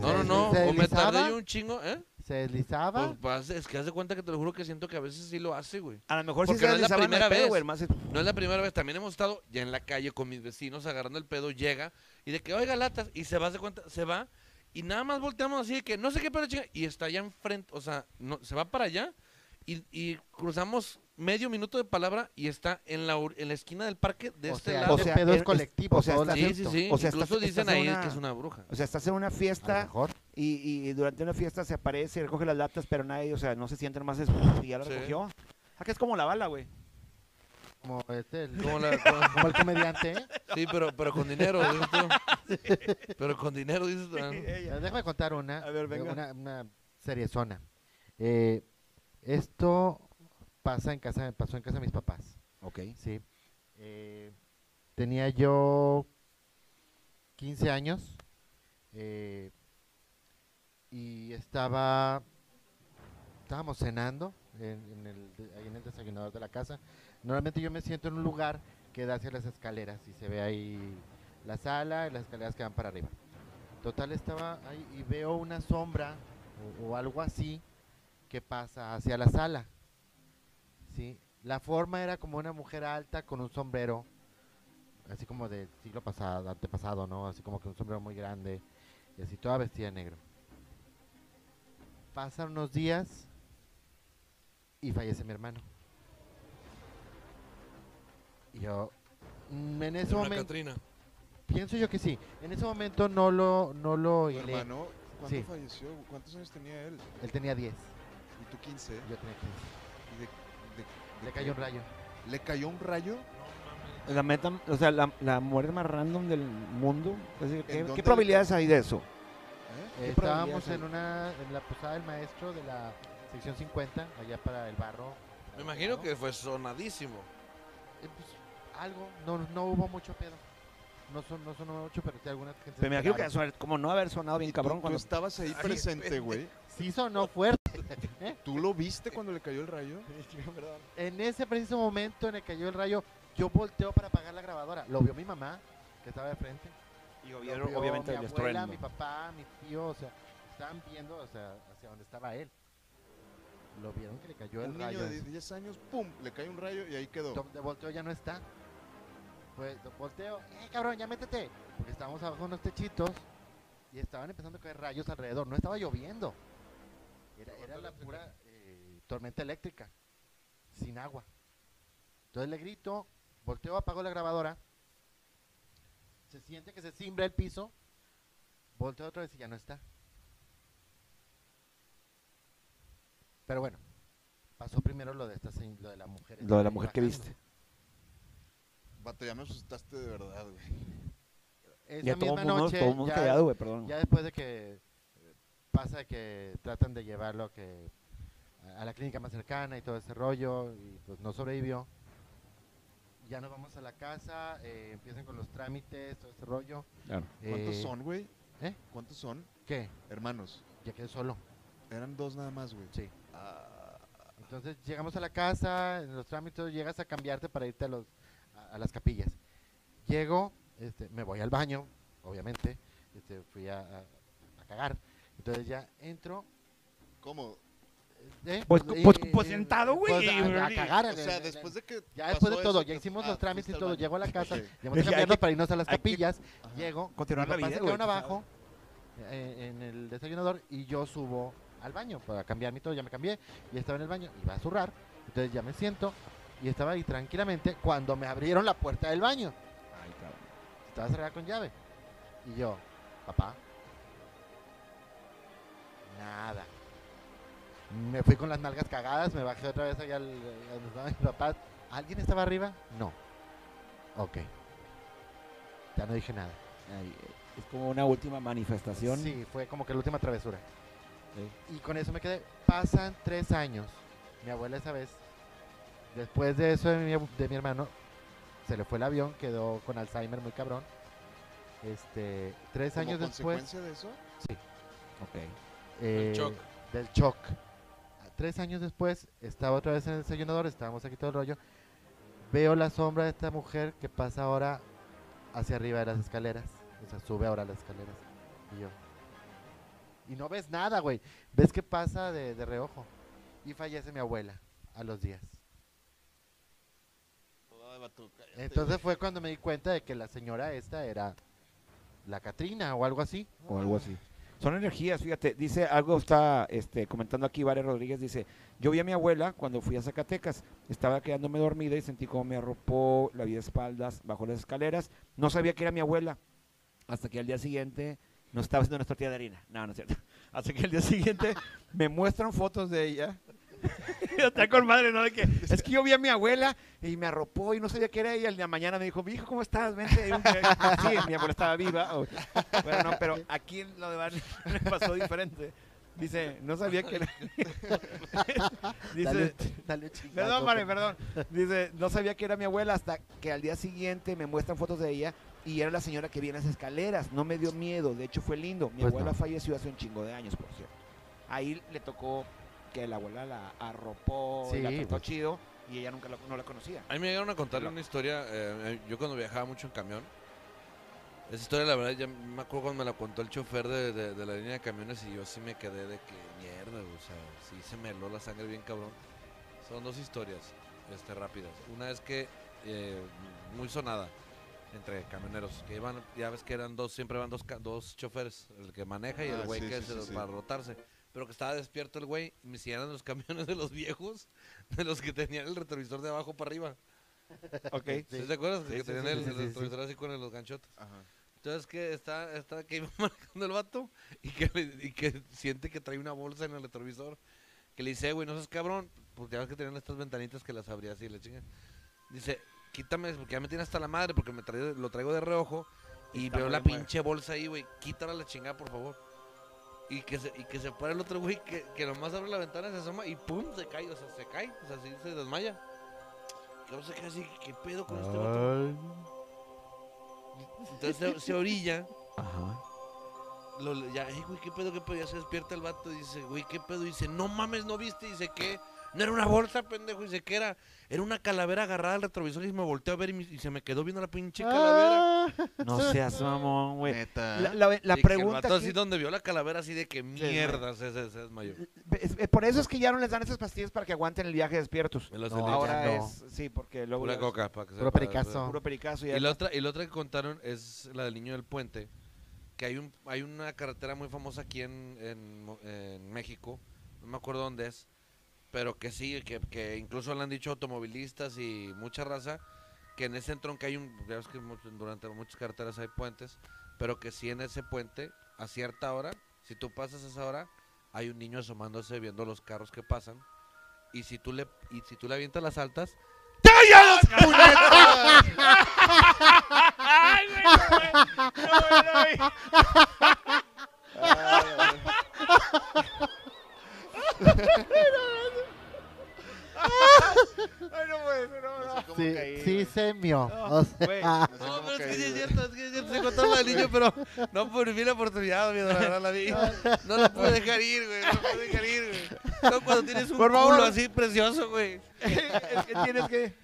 A: No, no, no.
C: ¿Se
A: O me tardé
C: deslizaba?
A: yo un chingo, ¿eh?
C: ¿Se deslizaba?
A: Pues, pues, es que haz de cuenta que te lo juro que siento que a veces sí lo hace, güey.
B: A lo mejor
A: Porque
B: si
A: no
B: se
A: es la
B: deslizaban el
A: primera
B: pedo,
A: vez.
B: güey, más es-
A: No es la primera vez, también hemos estado ya en la calle con mis vecinos agarrando el pedo, llega y de que, oiga, latas, y se va, haz de cuenta, se va, y nada más volteamos así de que, no sé qué pedo, chinga, y está allá enfrente, o sea, no, se va para allá, y, y cruzamos medio minuto de palabra y está en la, or- en la esquina del parque de
C: o
A: este
C: sea,
A: lado.
B: o
C: ese
B: sea,
C: pedo
B: es-
C: es colectivo.
B: o sea,
C: todos
B: está-
C: lo
A: sí, sí,
C: acepto.
A: sí,
B: O sea,
A: incluso
B: estás-
A: dicen
B: estás en
A: ahí
B: una-
A: que es
B: [laughs]
A: una bruja.
B: O sea, estás en una
C: A lo
B: fiesta
C: mejor.
B: y, y- y durante una fiesta se aparece, recoge las latas, pero nadie, o sea, no se siente nomás es... Y ya lo
A: Sí.
B: recogió. Ah, que es como la bala, güey.
C: Como, este, el,
A: Como la- como-
C: [laughs] como el comediante,
B: [laughs]
C: ¿eh?
A: sí, pero, pero con dinero, dices tú. Pero con dinero,
B: [laughs]
A: dices tú, ah, ¿no?
C: Pero Déjame contar una.
B: A ver,
C: de
B: venga.
C: Una, una seriezona. Eh, esto pasa en casa, pasó en casa de mis papás.
B: Ok.
C: Sí. Eh, tenía yo 15 años eh, y estaba, estábamos cenando en, en el, ahí en el desayunador de la casa. Normalmente yo me siento en un lugar que da hacia las escaleras y se ve ahí la sala y las escaleras que van para arriba. Total estaba ahí y veo una sombra o, o algo así que pasa hacia la sala. ¿sí? La forma era como una mujer alta con un sombrero, así como del siglo pasado, antepasado, ¿no? Así como que un sombrero muy grande y así toda vestida de negro. Pasan unos días y fallece mi hermano. Y yo, mm, en ese
A: Era una
C: momento,
A: Catrina.
C: pienso yo que sí, en ese momento no lo, no lo
F: Tu
C: hilé.
F: hermano, ¿cuánto
C: Sí.
F: falleció? ¿Cuántos años tenía él?
C: Él tenía 10,
F: Y tú 15.
C: yo tenía 15.
F: ¿Y de- de- de qué?
C: Le cayó un rayo.
F: ¿Le cayó un rayo?
B: La meta, o sea, la, la muerte más random del mundo. Es decir, ¿qué,
F: dónde
B: qué
F: le-
B: probabilidades hay de eso?
F: ¿Eh?
C: Eh,
B: ¿Qué probabilidades
C: estábamos
B: hay?
C: en una en la posada del maestro de la sección 50, allá para el barro.
A: Me imagino que fue sonadísimo.
C: Eh, pues, algo, no, no hubo mucho pedo. No son, no son mucho, pero sí algunas gente.
B: Pero Pues me imagino que va a sonar como no haber sonado bien
F: Y tú-
B: cabrón
F: tú,
B: cuando.
F: estabas ahí presente, güey.
C: Sí sonó fuerte. [laughs] ¿Eh?
F: ¿Tú lo viste cuando le cayó el rayo?
C: En ese preciso momento en el que cayó el rayo, yo volteo para apagar la grabadora. Lo vio mi mamá, que estaba de frente.
B: Y
C: Lo vio mi abuela, mi papá, mi tío, o sea, estaban viendo o sea, hacia donde estaba él. Lo vieron que le cayó el
F: un
C: rayo.
F: niño de 10 años, pum, le cae un rayo y ahí quedó.
C: Do- De volteo ya no está. Pues do- volteo, ¡eh, cabrón, ya métete! Porque estábamos abajo de unos techitos y estaban empezando a caer rayos alrededor. No estaba lloviendo. Era, era la pura eh, tormenta eléctrica, sin agua. Entonces le grito, volteo, apago la grabadora. Se siente que se cimbra el piso. Volteo otra vez y ya no está. Pero bueno, pasó primero lo de, esta, se- lo de la mujer.
B: Lo de la
C: Ahí
B: mujer que
C: bajando.
B: viste.
D: Vato, ya me asustaste de verdad, güey.
C: Esa
B: Ya todo
C: misma
B: el mundo,
C: noche,
B: todo el mundo
C: ya,
B: callado, güey, perdón.
C: ya después de que eh, pasa que tratan de llevarlo a que a a la clínica más cercana y todo ese rollo y pues no sobrevivió. Ya nos vamos a la casa, eh, empiezan con los trámites, todo ese rollo.
B: Claro.
C: Eh,
D: ¿Cuántos son, güey?
C: ¿eh?
D: ¿Cuántos son?
C: ¿Qué?
D: Hermanos.
C: Ya quedé solo.
D: Eran dos nada más, güey.
C: Sí. Entonces llegamos a la casa, en los trámites llegas a cambiarte para irte a, los, a, a las capillas. Llego, este, me voy al baño, obviamente, este, fui a, a- a cagar. Entonces ya entro.
D: ¿Cómo?
C: eh,
B: Pues,
C: eh,
B: pues,
C: eh,
B: pues, sentado, güey,
C: pues, a, a
B: y-
C: cagar.
D: O sea, después de que.
C: ya
D: pasó
C: después de
D: eso,
C: todo, ya
D: te-
C: hicimos
D: ah,
C: los trámites y
D: fuiste al
C: todo.
D: baño.
C: Llego a la
D: [laughs]
C: casa,
D: Ok.
C: llevamos a
B: Hay
C: cambiarnos
B: que-
C: para irnos a las
D: hay que-
C: capillas.
D: Ajá.
C: Llego,
B: Continuar
C: mi
B: la
C: papá
B: vida,
C: se
B: güey,
C: quedaron
B: tú sabes.
C: abajo eh, en el desayunador y yo subo al baño para cambiarme y todo. Ya me cambié y estaba en el baño, iba a zurrar. Entonces ya me siento y estaba ahí tranquilamente cuando me abrieron la puerta del baño. eh, Estaba cerrada con llave. Y yo, papá, nada. Me fui con las nalgas cagadas, me bajé otra vez allá al, a donde estaban mis papás. ¿Alguien estaba arriba? No. Ok. Ya no dije nada.
B: Ay, eh, es como una última manifestación.
C: Sí, fue como que la última travesura.
B: Sí.
C: Y con eso me quedé. Pasan tres años. Mi abuela esa vez, después de eso de mi, abu- de mi hermano, se le fue el avión, quedó con Alzheimer muy cabrón. Este, tres
D: ¿Como
C: años después
D: consecuencia de eso?
B: Ok.
C: eh,
A: shock.
C: del shock. A- Tres años después, estaba otra vez en el desayunador, estábamos aquí todo el rollo. Veo la sombra de esta mujer que pasa ahora hacia arriba de las escaleras. O sea, sube ahora las escaleras. Y yo. Y no ves nada, güey. Ves que pasa de, de reojo. Y fallece mi abuela a los días.
D: Ay, vato,
A: Este
D: cállate,
C: Entonces fue cuando me di cuenta de que la señora esta era la Catrina o algo así.
B: o algo así. Son energías, fíjate, dice algo está este, comentando aquí Vare Rodríguez, dice, yo vi a mi abuela cuando fui a Zacatecas, estaba quedándome dormida y sentí como me arropó, la vi de espaldas, bajo las escaleras, no sabía que era mi abuela, hasta que al día siguiente, no estaba haciendo una tortilla de harina, no, no es cierto, [laughs] hasta que al día siguiente me muestran fotos de [laughs] ella, está con madre, ¿no? De que, es que yo vi a mi abuela y me arropó y no sabía que era ella, y la mañana me dijo, mi hijo, ¿cómo estás? Vente, sí, mi abuela estaba viva, o- bueno, no, pero aquí en lo de Barney [laughs] le pasó diferente. Dice, no sabía que era.
C: [laughs] Dale,
B: Dice,
C: dale chingazo.
B: perdón, Mari, perdón. Dice, no sabía que era mi abuela hasta que al día siguiente me muestran fotos de ella y era la señora que vi en las escaleras. No me dio miedo, de hecho fue lindo. Mi
C: Pues
B: abuela
C: no.
B: falleció hace un chingo de años, por cierto. Ahí le tocó que la abuela la arropó, y la
C: Sí,
B: trató
C: pues.
B: chido y ella nunca la- no la conocía.
A: A mí me llegaron a contarle una historia. eh, yo cuando viajaba mucho en camión. Esa historia, la verdad, ya me acuerdo cuando me la contó el chofer de, de- de la línea de camiones y yo sí me quedé de que mierda, o sea, sí se me heló la sangre bien cabrón. Son dos historias este, rápidas. Una es que, eh, muy sonada, entre camioneros, que iban, ya ves que eran dos, siempre van dos, ca- dos choferes, el que maneja y el
D: Ah,
A: güey
D: sí,
A: que
D: sí,
A: se
D: sí,
A: los-
D: sí.
A: para rotarse. Pero que estaba despierto el güey, y me hicieron los camiones de los viejos, de los que tenían el retrovisor de abajo para arriba.
B: Ok.
A: ¿Sí ¿Te acuerdas? que
C: sí,
A: tenían
C: sí,
A: el,
C: sí,
A: el
C: sí, sí.
A: retrovisor así con los ganchotes.
D: Ajá.
A: Entonces que está, está [laughs] que iba marcando el vato y que, le- y que siente que trae una bolsa en el retrovisor. Que le dice, "Eh, güey, no seas cabrón, pues ya ves que tenían estas ventanitas que las abría así, la chinga. Dice, quítame, porque ya me tiene hasta la madre, porque me traigo- lo traigo de reojo y
B: Está
A: veo
B: muy
A: la
B: mal.
A: pinche bolsa ahí, güey, quítala la chingada, por favor. Y que se, y que se para el otro güey que, que nomás abre la ventana, se asoma y pum, se cae, o sea, se cae, o sea, así se desmaya. Y luego se queda así, ¿qué pedo con
C: Ah,
A: este vato? Entonces se, se orilla. Lo- lo- ya, "Ey, güey, qué pedo, qué pedo. Ya se despierta el vato y dice, güey, qué pedo. Y dice, no mames, no viste. Y dice, ¿qué? No era una bolsa, pendejo. Y dice, ¿qué era? Era una calavera agarrada al retrovisor y me volteó a ver y, me- y se me quedó viendo la pinche
C: Ah,
A: calavera.
B: [laughs] No seas mamón,
D: Neta.
B: Ah. La, la- la
A: Y que El
B: pregunta
A: vato
B: aquí-
A: así donde vio la calavera así de que mierda se, se, se desmayó.
B: Eh, es- es- por eso es que ya no les dan esas pastillas para que aguanten el viaje despiertos.
A: Me lo
C: No,
A: sentí.
B: Ahora
C: ya no.
B: es sí, porque luego
A: Pura
B: ya-
A: coca. Para que se-
C: Puro
A: para-
C: pericazo.
B: puro pericazo y ya
A: Y la otra, y la otra que contaron es la del niño del puente, que hay un, hay una carretera muy famosa aquí en, en Mo- en México, no me acuerdo dónde es, pero que sí, que, que incluso le han dicho automovilistas y mucha raza, que en ese entrón que hay un, ya ves que mu- durante muchas carreteras hay puentes, pero que sí en ese puente, a cierta hora, si tú pasas esa hora, hay un niño asomándose viendo los carros que pasan, y si tú le, y si tú le avientas las altas,
G: ¡Ay, güey! no, güey. No, güey, no, güey.
B: Ay, no puede ser, no, no.
D: No sé cómo
C: Sí,
D: caí,
C: sí,
D: güey.
C: semio.
B: No,
C: O sea,
B: güey.
D: No sé
A: No,
D: cómo
A: pero es que
D: caí,
A: sí es
D: güey.
A: cierto, es que es cierto, se contó la del niño, pero no por mi la oportunidad, mi la verdad la vi. No la pude dejar ir, güey, no la pude dejar ir, güey. No, cuando tienes un
B: Por
A: culo
B: favor.
A: así precioso, güey.
B: es que tienes que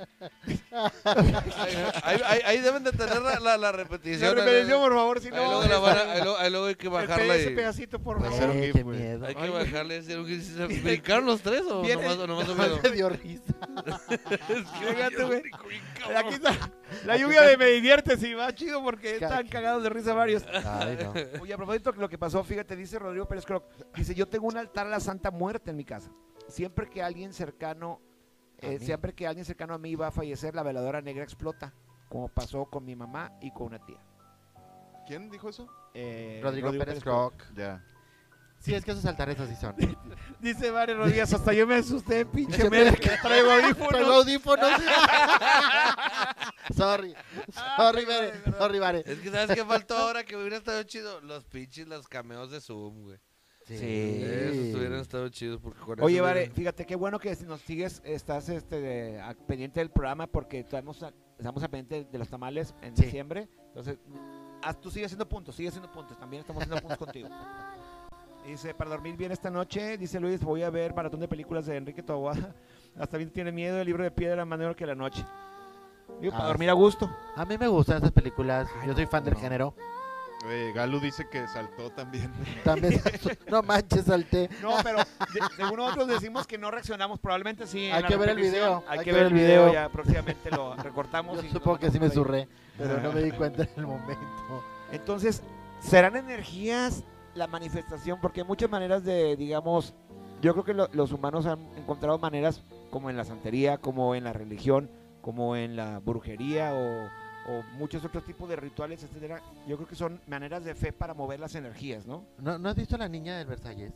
A: Ahí, ahí- ahí deben de tener la, la, la repetición.
B: la repetición, por favor, si
A: Ahí
B: no.
A: luego, la van a- ahí luego- ahí luego hay que
B: el
A: bajarla
B: ese
A: y...
B: pedacito, por
C: güey,
B: favor.
D: un
C: qué
D: gif, güey.
C: miedo. [laughs]
A: Hay que bajarle ese...
B: [laughs]
A: ¿Se brincaron los tres o
B: Viene-
A: nomás,
B: [laughs]
A: o nomás un
C: Nomás
A: pedo?
C: me dio risa.
B: Fíjate, güey. Aquí está la lluvia de me divierte, sí, va chido porque
C: Ca-
B: están cagados de risa varios.
C: Ay, [laughs] no.
B: Oye, a propósito de lo que pasó, fíjate, dice Rodrigo Pérez Croc, dice, yo tengo un altar a la Santa Muerte en mi casa. Siempre que alguien cercano, eh, siempre que alguien cercano a mí va a fallecer, la veladora negra explota, como pasó con mi mamá y con una tía.
D: ¿Quién dijo eso?
B: Eh,
C: Rodrigo, Pérez Croc.
D: Ya.
C: Sí, es que esos altares así son.
B: [laughs] Dice Mario Rodríguez, hasta yo me asusté, pinche madre, que traigo
C: [laughs] Traigo
B: audífonos. [laughs]
C: audífonos. sorry. Sorry, Vare. Sorry, Vare.
A: Es que ¿sabes qué faltó ahora que hubiera estado chido? Los pinches, los cameos de Zoom, güey.
B: Sí.
A: Esos hubieran estado chidos porque con
B: Oye,
A: eso
B: Vare,
A: hubieran-
B: fíjate, qué bueno que si nos sigues, estás este, a- pendiente del programa porque estamos a, estamos a pendiente de los tamales en
C: Sí.
B: diciembre. Entonces, haz- tú sigues haciendo puntos, sigue haciendo puntos. También estamos haciendo puntos contigo. Dice, para dormir bien esta noche, dice Luis, voy a ver maratón de películas de Enrique Taboada. [laughs] Hasta bien tiene miedo el libro de piedra más negro que la noche. Digo, para
C: Ah,
B: dormir a gusto.
C: A mí me gustan esas películas. Yo soy fan del
B: no.
C: género.
D: Oye, Galo dice que saltó también.
C: [laughs]
D: [laughs]
C: También. no manches, salté.
B: No, pero de- según nosotros decimos que no reaccionamos, probablemente sí. en
C: Hay
B: la
C: que ver el
B: repetición.
C: video,
B: Hay, que ver el video.
C: video.
B: Ya próximamente lo recortamos.
C: Yo
B: y lo
C: supongo que sí me
B: mandamos ahí.
C: surré. Pero no me di cuenta en el momento.
B: Entonces, ¿serán energías la manifestación? Porque hay muchas maneras de, digamos, yo creo que lo- los humanos han encontrado maneras como en la santería, como en la religión, como en la brujería o, o muchos otros tipos de rituales, etcétera. Yo creo que son maneras de fe para mover las energías, ¿no?
C: ¿No, ¿No has visto la niña del Versalles?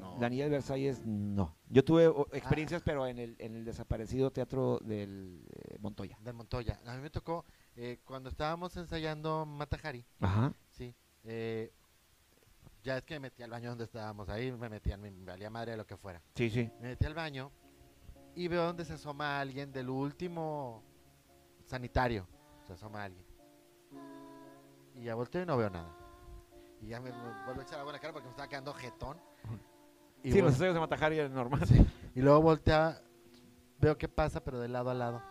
D: No.
B: La niña de Versalles, no. Yo tuve o, experiencias, pero en el, en el desaparecido teatro del eh, Montoya.
C: Del Montoya. A mí me tocó eh, cuando estábamos ensayando Matajari.
B: Ajá.
C: Sí. eh, ya es que me metí al baño donde estábamos ahí. Me metí, me valía madre lo que fuera.
B: Sí, sí.
C: Me metí al baño y veo donde se asoma alguien del último sanitario. Se asoma alguien. Y ya volteo y no veo nada. Y ya me vu- vuelvo a echar agua en la cara porque me estaba quedando jetón. Y,
H: Sí,
C: vol-
H: los estrellas de Matajari es normal.
C: y luego voltea, veo qué pasa, pero de lado a lado.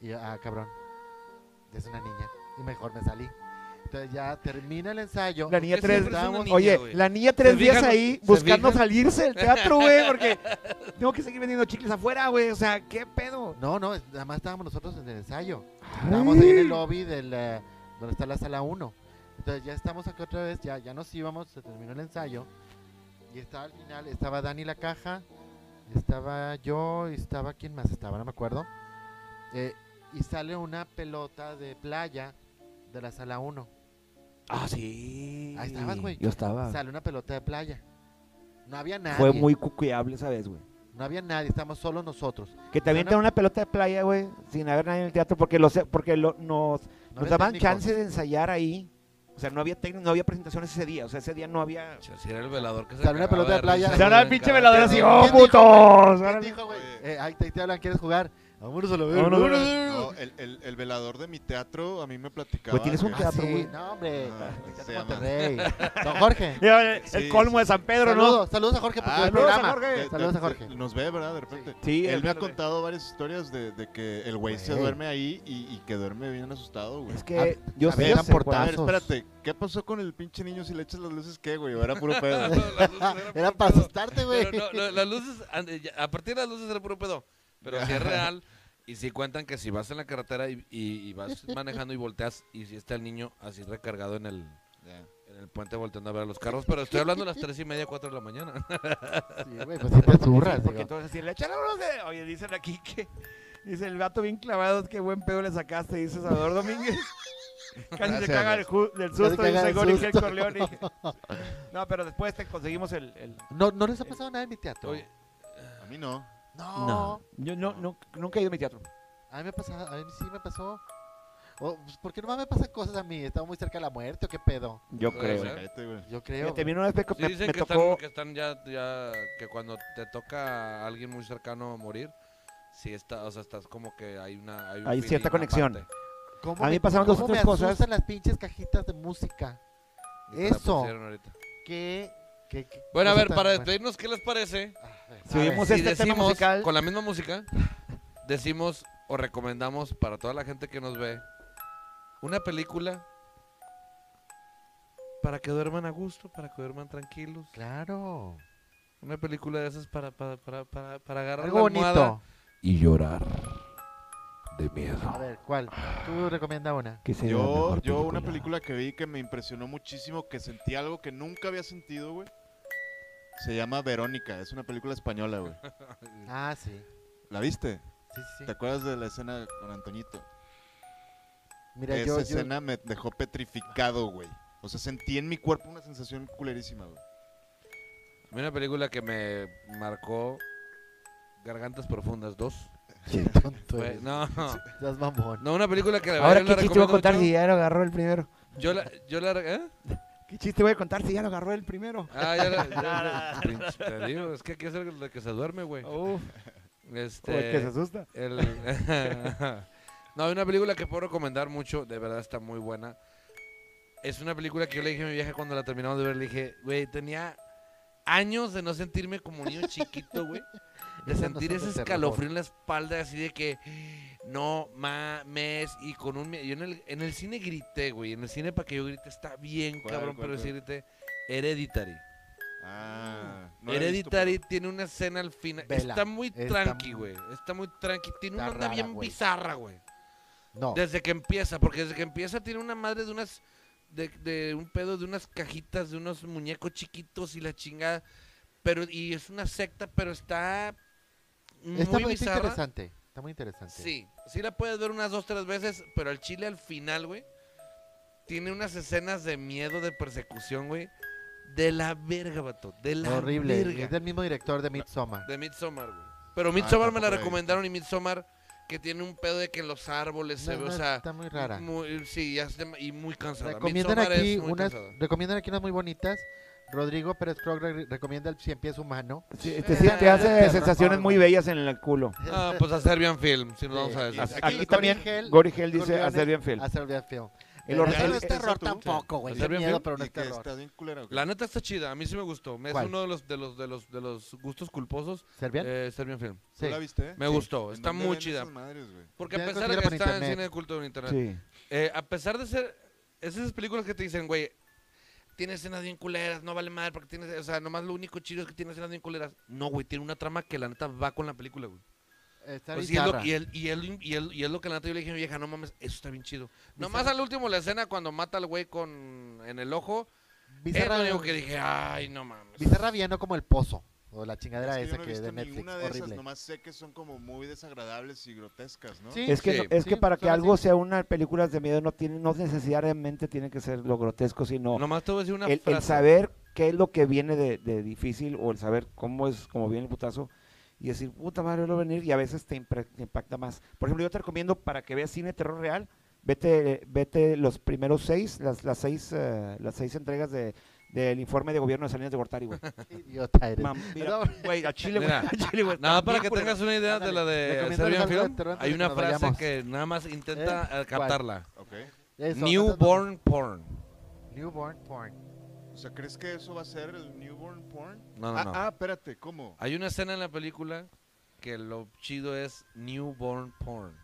C: Y yo, ah, cabrón, es una niña. Y mejor me salí. Entonces ya termina el ensayo.
H: La niña
A: Porque
H: tres.
A: siempre es una niña,
H: Oye,
A: güey.
H: la niña tres días
A: fijan?
H: ahí
A: ¿Se
H: buscando
A: fijan?
H: salirse
A: [laughs]
H: del teatro, güey, porque tengo que seguir vendiendo chicles afuera, güey. O sea, ¿qué pedo?
C: No, no, es- nada más estábamos nosotros en el ensayo. Estábamos ahí en
H: Eh.
C: el lobby de la- donde está la sala 1. Entonces ya estamos acá otra vez, ya, ya nos íbamos, se terminó el ensayo. Y estaba al final, estaba Dani la caja, estaba yo, y estaba quién más estaba, no me acuerdo. Eh, y sale una pelota de playa de la sala 1.
H: Ah, sí.
C: Ahí estabas, güey.
H: Yo estaba.
C: Sale una pelota de playa. No había nadie.
H: Ah. Fue muy cuqueable esa vez, güey.
C: No había nadie, estamos solos nosotros.
H: Que te avientan
C: no-
H: una pelota de playa, güey, sin haber nadie en el teatro, porque, los, porque lo- nos,
C: No
H: nos
C: había
H: daban
C: técnicos.
H: chance de ensayar ahí. O sea, no había técnico, no había presentaciones ese día. O sea, ese día no había.
A: Si era el velador que se
C: Salió una
A: cagaba
C: pelota de playa.
A: risa,
C: Se hablaba
A: güey,
C: el
A: cada-
H: velador
C: así,
H: ¡oh,
C: ¿Quién dijo,
H: putos!
C: ¿Quién dijo, güey? Eh, ahí te, te hablan, ¿quieres jugar? Vámonos a la verga.
H: Vámonos a la
D: No, el, el- el velador de mi teatro a mí me platicaba.
H: Güey, tienes un
D: que-
C: Ah,
H: teatro,
C: sí,
H: güey.
C: No, hombre.
D: Ah,
C: Teatro
D: se llama.
C: Monterrey.
H: [laughs]
C: Don Jorge.
H: Mira, El
D: Sí,
H: colmo
D: sí.
H: de San Pedro, ¿no?
C: saludos, saludos a Jorge porque
D: Ah,
C: ve el
H: saludos a
C: programa.
H: Jorge.
D: de- de-
C: Saludos a
D: de-
C: Jorge.
D: nos ve, ¿verdad? De repente.
H: Sí,
D: Él me ha
H: el-
D: contado varias historias de, de que el güey se
C: Güey.
D: duerme ahí y, y que duerme bien asustado, güey.
H: Es que
C: A-
H: yo
C: a
H: sé.
C: ver, eran
H: sé cuál-
D: A ver,
C: portazos.
D: espérate, ¿qué pasó con el pinche niño si le echas las luces qué, güey? Era puro pedo.
C: [laughs]
A: Las luces
C: Era
A: puro
C: para
A: pedo.
C: asustarte, güey.
A: Pero no, no, las luces, ande- ya- a partir de las luces era puro pedo. Pero si es real, y si cuentan que si vas en la carretera y, y- y
C: [laughs]
A: vas manejando y volteas, y si está el niño así recargado en el,
D: Ya.
A: en el puente volteando a ver a los carros, pero estoy hablando a las tres y media, cuatro de la mañana.
C: Sí, güey, pues sí te zurras,
H: Porque
C: digo.
H: entonces si le echaron unos de... Oye, dicen aquí que... Dice el vato bien clavado, qué buen pedo le sacaste, dice
C: [laughs]
H: Salvador Domínguez. Casi se
D: Gracias,
H: caga del, ju- del susto,
C: caga
H: dice
C: del
H: Gori
C: susto.
H: Corleone.
C: [laughs]
H: No, pero después te conseguimos el... el-
C: No, no les ha pasado nada en mi teatro.
A: Oye,
D: A mí no.
C: no.
H: Yo no, no, nunca he ido a mi teatro.
C: A mí me ha pasado, a mí sí me pasó. Oh, pues, ¿Por qué no me pasan cosas a mí? ¿Estaba muy cerca de la muerte o qué pedo?
H: Yo
A: creo.
D: Güey, cállate, güey.
C: Yo creo.
H: Te vino una vez que
A: sí
H: me,
A: dicen
H: me
A: que,
H: tocó...
A: están, que están ya, ya, que cuando te toca a alguien muy cercano morir, si está, o sea, estás como que hay una... Hay, un
H: Hay cierta
A: feeling
H: conexión.
A: aparte.
C: ¿Cómo
H: a mí
C: me-
H: pasaron dos o
C: cómo
H: tres
C: me
H: cosas.
C: asustan las pinches cajitas de música?
A: Y te la
C: Eso.
A: pusieron ahorita.
C: ¿Qué? qué- qué
A: Bueno, a
C: cosa
A: ver,
C: tan
A: para
C: buena?
A: despedirnos, ¿qué les parece?
C: A ver,
H: Si
C: a ver.
H: oímos
A: si
H: este tema
A: decimos
H: musical-
A: con la misma música, decimos o recomendamos para toda la gente que nos ve una película para que duerman a gusto, para que duerman tranquilos.
C: Claro.
A: Una película de esas para, para, para, para, para agarrar
C: Algo
A: la
C: bonito.
A: almohada y llorar de miedo.
C: A ver, ¿cuál? Tú recomienda una.
H: Que se
D: Yo, yo una película que vi que me impresionó muchísimo, que sentí algo que nunca había sentido, güey. Se llama Verónica, es una película española, güey.
C: Ah, sí.
D: ¿La viste?
C: Sí, sí,
D: ¿Te
C: sí.
D: acuerdas de la escena con Antoñito?
C: Mira,
D: Esa
C: yo, yo-
D: escena me dejó petrificado, güey. O sea, sentí en mi cuerpo una sensación culerísima, güey.
A: A mí Una película que me marcó Gargantas Profundas 2.
C: [laughs] Qué tonto
A: Fue-
C: eres.
A: no,
C: Seas mamón.
A: no, una película que de
H: Ahora,
A: verdad
H: ¿qué
A: yo la
H: chiste voy a
A: recomiendo
H: contar
A: mucho.
H: si ya lo agarró el primero?
A: Yo la, yo la, ¿eh?
H: ¿Qué chiste voy a contar si ya lo agarró el primero?
A: Ah, ya la- ya la- pinche, te digo, es que aquí es el el que se duerme, güey.
H: [laughs] Uf,
A: Este,
H: o el que se asusta.
A: el- [laughs] no, hay una película que puedo recomendar mucho, de verdad está muy buena. Es una película que yo le dije a mi vieja cuando la terminamos de ver, le dije, güey, tenía años de no sentirme como niño chiquito, güey. De
C: Esas no
A: sentir
C: son
A: ese
C: de terror.
A: escalofrío en la espalda, así de que no mames. Y con un. mie- Yo en el, en el cine grité, güey. En el cine, para que yo grite, está bien,
D: ¿Cuál,
A: cabrón,
D: cuál,
A: pero sí
D: cuál?
A: grité Hereditary.
D: Ah, no la he visto,
A: Hereditary tiene una escena al final.
C: Vela,
A: está muy
C: está
A: tranqui,
C: muy-
A: güey. Está muy tranqui. Tiene una
C: Está
A: onda
C: rara,
A: bien
C: güey.
A: bizarra, güey.
C: No.
A: Desde que empieza, porque desde que empieza tiene una madre de unas. De, de un pedo de unas cajitas, de unos muñecos chiquitos y la chingada. Pero, y es una secta, pero está. Muy
C: Está muy
A: bizarra.
C: interesante. Está muy interesante.
A: Sí, sí la puedes ver unas dos, tres veces, pero el chile al final, güey, tiene unas escenas de miedo, de persecución, güey. De la verga, vato. De la
C: Horrible.
A: verga.
C: Es del mismo director de Midsommar.
A: De Midsommar, güey. Pero Midsommar me
D: tampoco la
A: la
D: he visto.
A: recomendaron y Midsommar que tiene un pedo de que los árboles se
C: No,
A: ve,
C: no,
A: o sea,
C: está muy rara.
A: muy- sí, ya es dem- y muy cansada.
C: Recomiendan
A: Midsommar
C: aquí
A: es muy
C: unas [laughs]
A: cansada.
C: recomiendan aquí unas muy bonitas Rodrigo Pérez Krog re- recomienda el cien pies humano.
H: Sí, te, sí, te hace sensaciones muy bellas en el culo.
A: Ah, pues a Serbian Film, si nos vamos a
D: Sí.
A: decir.
D: Aquí
H: Aquí
D: Gory
H: también
C: Hell-
H: Gory Hell dice
C: Corleone,
H: a Serbian Film.
C: A Serbian Film.
H: El
C: Pero
H: or- el-
C: no es terror tampoco, güey.
A: ¿A
C: Es
A: Serbian
C: miedo,
A: Film?
C: pero no
F: Y
C: es
F: que
C: terror.
F: está bien culera, güey.
A: La neta está chida, a mí sí me gustó. Me Es
C: ¿Cuál?
A: uno de los, de los, de los, de los gustos culposos.
C: ¿Serbian?
A: Eh, Serbian Film.
F: ¿Tú
C: sí.
F: la viste?
A: Me
F: Sí.
A: gustó,
F: ¿En
A: está
F: dónde
A: muy
F: ven
A: chida.
F: esas madres, güey?
A: Porque
C: Ya
A: a
C: la
A: pesar de
C: conseguí
A: que
C: por
A: está en
C: internet.
A: cine de culto en internet,
H: Sí.
A: eh, a pesar de ser esas películas que te dicen, güey, tiene escenas bien culeras, no vale madre, porque tiene, o sea, nomás lo único chido es que tiene escenas bien culeras. No, güey, tiene una trama que la neta va con la película, güey.
C: Está
A: Pues, y, es lo,
C: bizarra.
A: y, el- y, el- y el- y es lo que la neta yo le dije a mi vieja, no mames, eso está bien chido. Nomás al último la escena cuando mata al güey con en el ojo, es lo
C: Bizarra,
A: único que dije, ay, no mames.
C: bizarra bien, no como el pozo. O la
F: Es
C: chingadera
F: que yo
C: esa
F: no he
C: que es
F: visto
C: de Netflix.
F: ninguna de esas,
C: Horrible.
F: nomás sé que son como muy desagradables y grotescas, ¿no?
C: Sí,
H: Es que,
A: Sí,
H: no- es que
C: sí,
H: para que
C: son
H: algo
C: así.
H: sea una película de miedo no tiene no necesariamente tiene que ser lo grotesco, sino
A: Nomás te voy a decir una
H: el, el
A: frase.
H: saber qué es lo que viene de, de difícil o el saber cómo es, cómo viene el putazo y decir, puta madre, lo venir y a veces te, impre- te impacta más. Por ejemplo, yo te recomiendo para que veas cine terror real, vete, vete los primeros seis, las, las seis, eh, las seis entregas de del informe de gobierno de Salinas de Gortari, güey.
C: Idiota eres.
H: Mam, mira,
C: No,
H: güey, a Chile, güey,
A: Mira,
H: a Chile, güey,
A: Nada más
H: también,
A: para que
H: culero.
A: tengas una idea de la de
C: Ándale.
A: Serbian
C: Recomiéndanos algo de
A: Film,
C: terror antes
A: hay
C: de
A: una
C: que nos
A: frase
C: vayamos.
A: que nada más intenta
C: ¿cuál?
A: eh, captarla.
F: Ok.
C: eso,
A: Newborn porn.
C: Newborn porn.
F: O sea, ¿crees que eso va a ser el newborn porn?
A: No, no,
F: ah,
A: no.
F: ah, espérate, ¿cómo?
A: Hay una escena en la película que lo chido es newborn porn.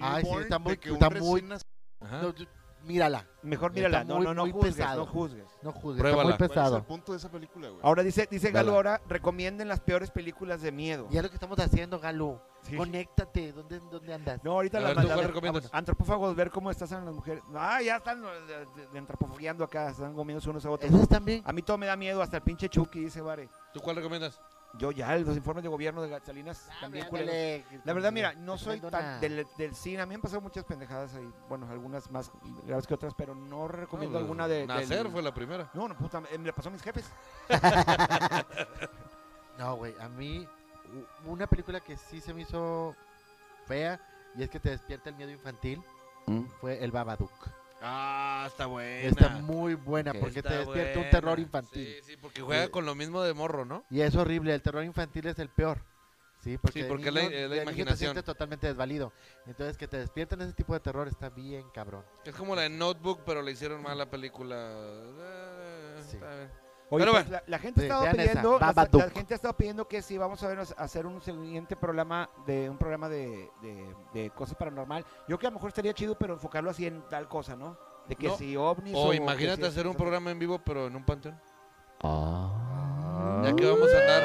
C: Ay, sí,
F: Newborn
C: está
F: de
C: muy-
F: que un
C: está muy-
F: recién
A: Ajá.
C: No, tú- mírala,
H: Mejor
C: Está
H: mírala, no,
C: muy-
H: no, no
C: muy
H: juzgues,
C: pesado.
H: no juzgues.
C: no juzgues.
A: Pruébala.
C: Está muy
F: ¿Cuál es el
C: pesado.
F: punto de esa película, güey?
H: Ahora dice, dice Galo,
C: Dale.
H: ahora recomienden las peores películas de miedo.
C: Y es lo que estamos haciendo, Galo.
H: Sí.
C: Conéctate. ¿Dónde, dónde andas?
H: No, ahorita
A: A
H: la
A: ver, ¿tú
H: maldad.
A: cuál recomiendas?
H: Antropófagos, ver cómo estás en las mujeres. Ah, ya están eh, de- de- de antropofagueando acá, están comiéndose unos a otros.
C: Esas también.
A: Ah,
H: A mí todo me da miedo, hasta el pinche Chucky dice, Vare.
A: ¿Tú cuál recomiendas?
H: Yo ya, los informes de gobierno de Salinas
C: Ah,
H: también culeros. La verdad, mira, no soy tan del, del cine. A mí me han pasado muchas pendejadas ahí. Bueno, algunas más graves que otras, pero no recomiendo
A: No,
H: alguna de. del-
A: Nacer fue la primera.
H: No, no, puta, eh, me la pasó a mis jefes.
C: No, güey, a mí u- una película que sí se me hizo fea y es que te despierta el miedo infantil
H: Mm.
C: fue El Babadook.
A: Ah, está buena.
C: Está muy buena porque te
A: Está
C: despierta un
A: buena.
C: terror infantil.
A: Eh, Sí, sí, porque juega
C: Sí.
A: con lo mismo de morro, ¿no?
C: Y es horrible, el terror infantil es el peor. Sí, porque, de
A: porque es la-
C: niño-
A: eh, la
C: de niño
A: imaginación.
C: te sientes totalmente desvalido. Entonces que te despierten ese tipo de terror está bien cabrón.
A: Es como la de Notebook, pero le hicieron mal la película. Eh,
C: Sí.
A: está bien.
H: Oye,
A: Pero
H: pues,
A: bueno.
H: la, la gente ha
C: Sí,
H: estado
C: vean esa,
H: pidiendo, la,
C: Babadook.
H: la gente ha estado pidiendo que si vamos a ver, a hacer un siguiente programa de un programa de, de- de cosas paranormal. Yo creo que a lo mejor estaría chido, pero enfocarlo así en tal cosa, ¿no? De que
A: No.
H: si ovnis
A: O
H: que
A: imagínate
H: si estas
A: hacer un
H: cosas.
A: programa en vivo, pero en un panteón.
C: Ah.
A: Ya que vamos a andar,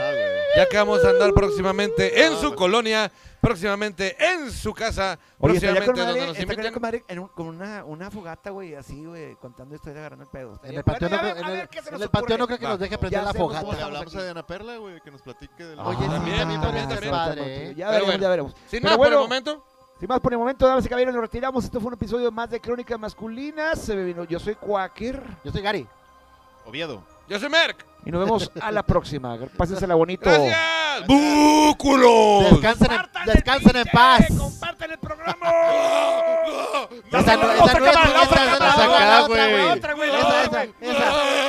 A: ya que vamos a andar próximamente en su colonia, próximamente en su casa,
H: Oye, estaría con
A: próximamente donde nos
H: estaría
A: inviten.
H: con madre en un- con una, una fogata, güey, así, güey, contando historias, agarrando el pedo.
C: En el panteón no creo- en el- en el panteón no creo que
A: Va.
C: nos deje prender
H: Ya
C: la
H: hacemos
C: fogata.
F: ¿Cómo le
H: estamos
F: hablamos
H: aquí.
F: a Diana Perla, güey? Que nos platique de la...
C: Oye, sí,
A: Ah, También,
C: Ah, también,
A: también,
C: está
A: también.
C: padre, ¿eh?
H: Ya veremos,
A: bueno.
H: ya veremos.
A: Sin
H: Pero
A: más por
H: bueno,
A: el momento.
H: Sin más por el momento, damas y caballeros, nos retiramos. Esto fue un episodio más de Crónicas Masculinas. Eh, Yo soy Quaker.
C: Yo soy Gary.
D: Oviedo.
A: Yo soy Merck.
H: Y nos vemos a la próxima. Pásensela bonito.
A: Gracias. ¡Búculos!
C: Descansen en, descansen en paz.
H: Compartan el programa.
C: Esa no, esa no es, esa no es acá, güey.
H: Otra, güey. otra, güey.
C: Esa, esa, esa. ¡Eh!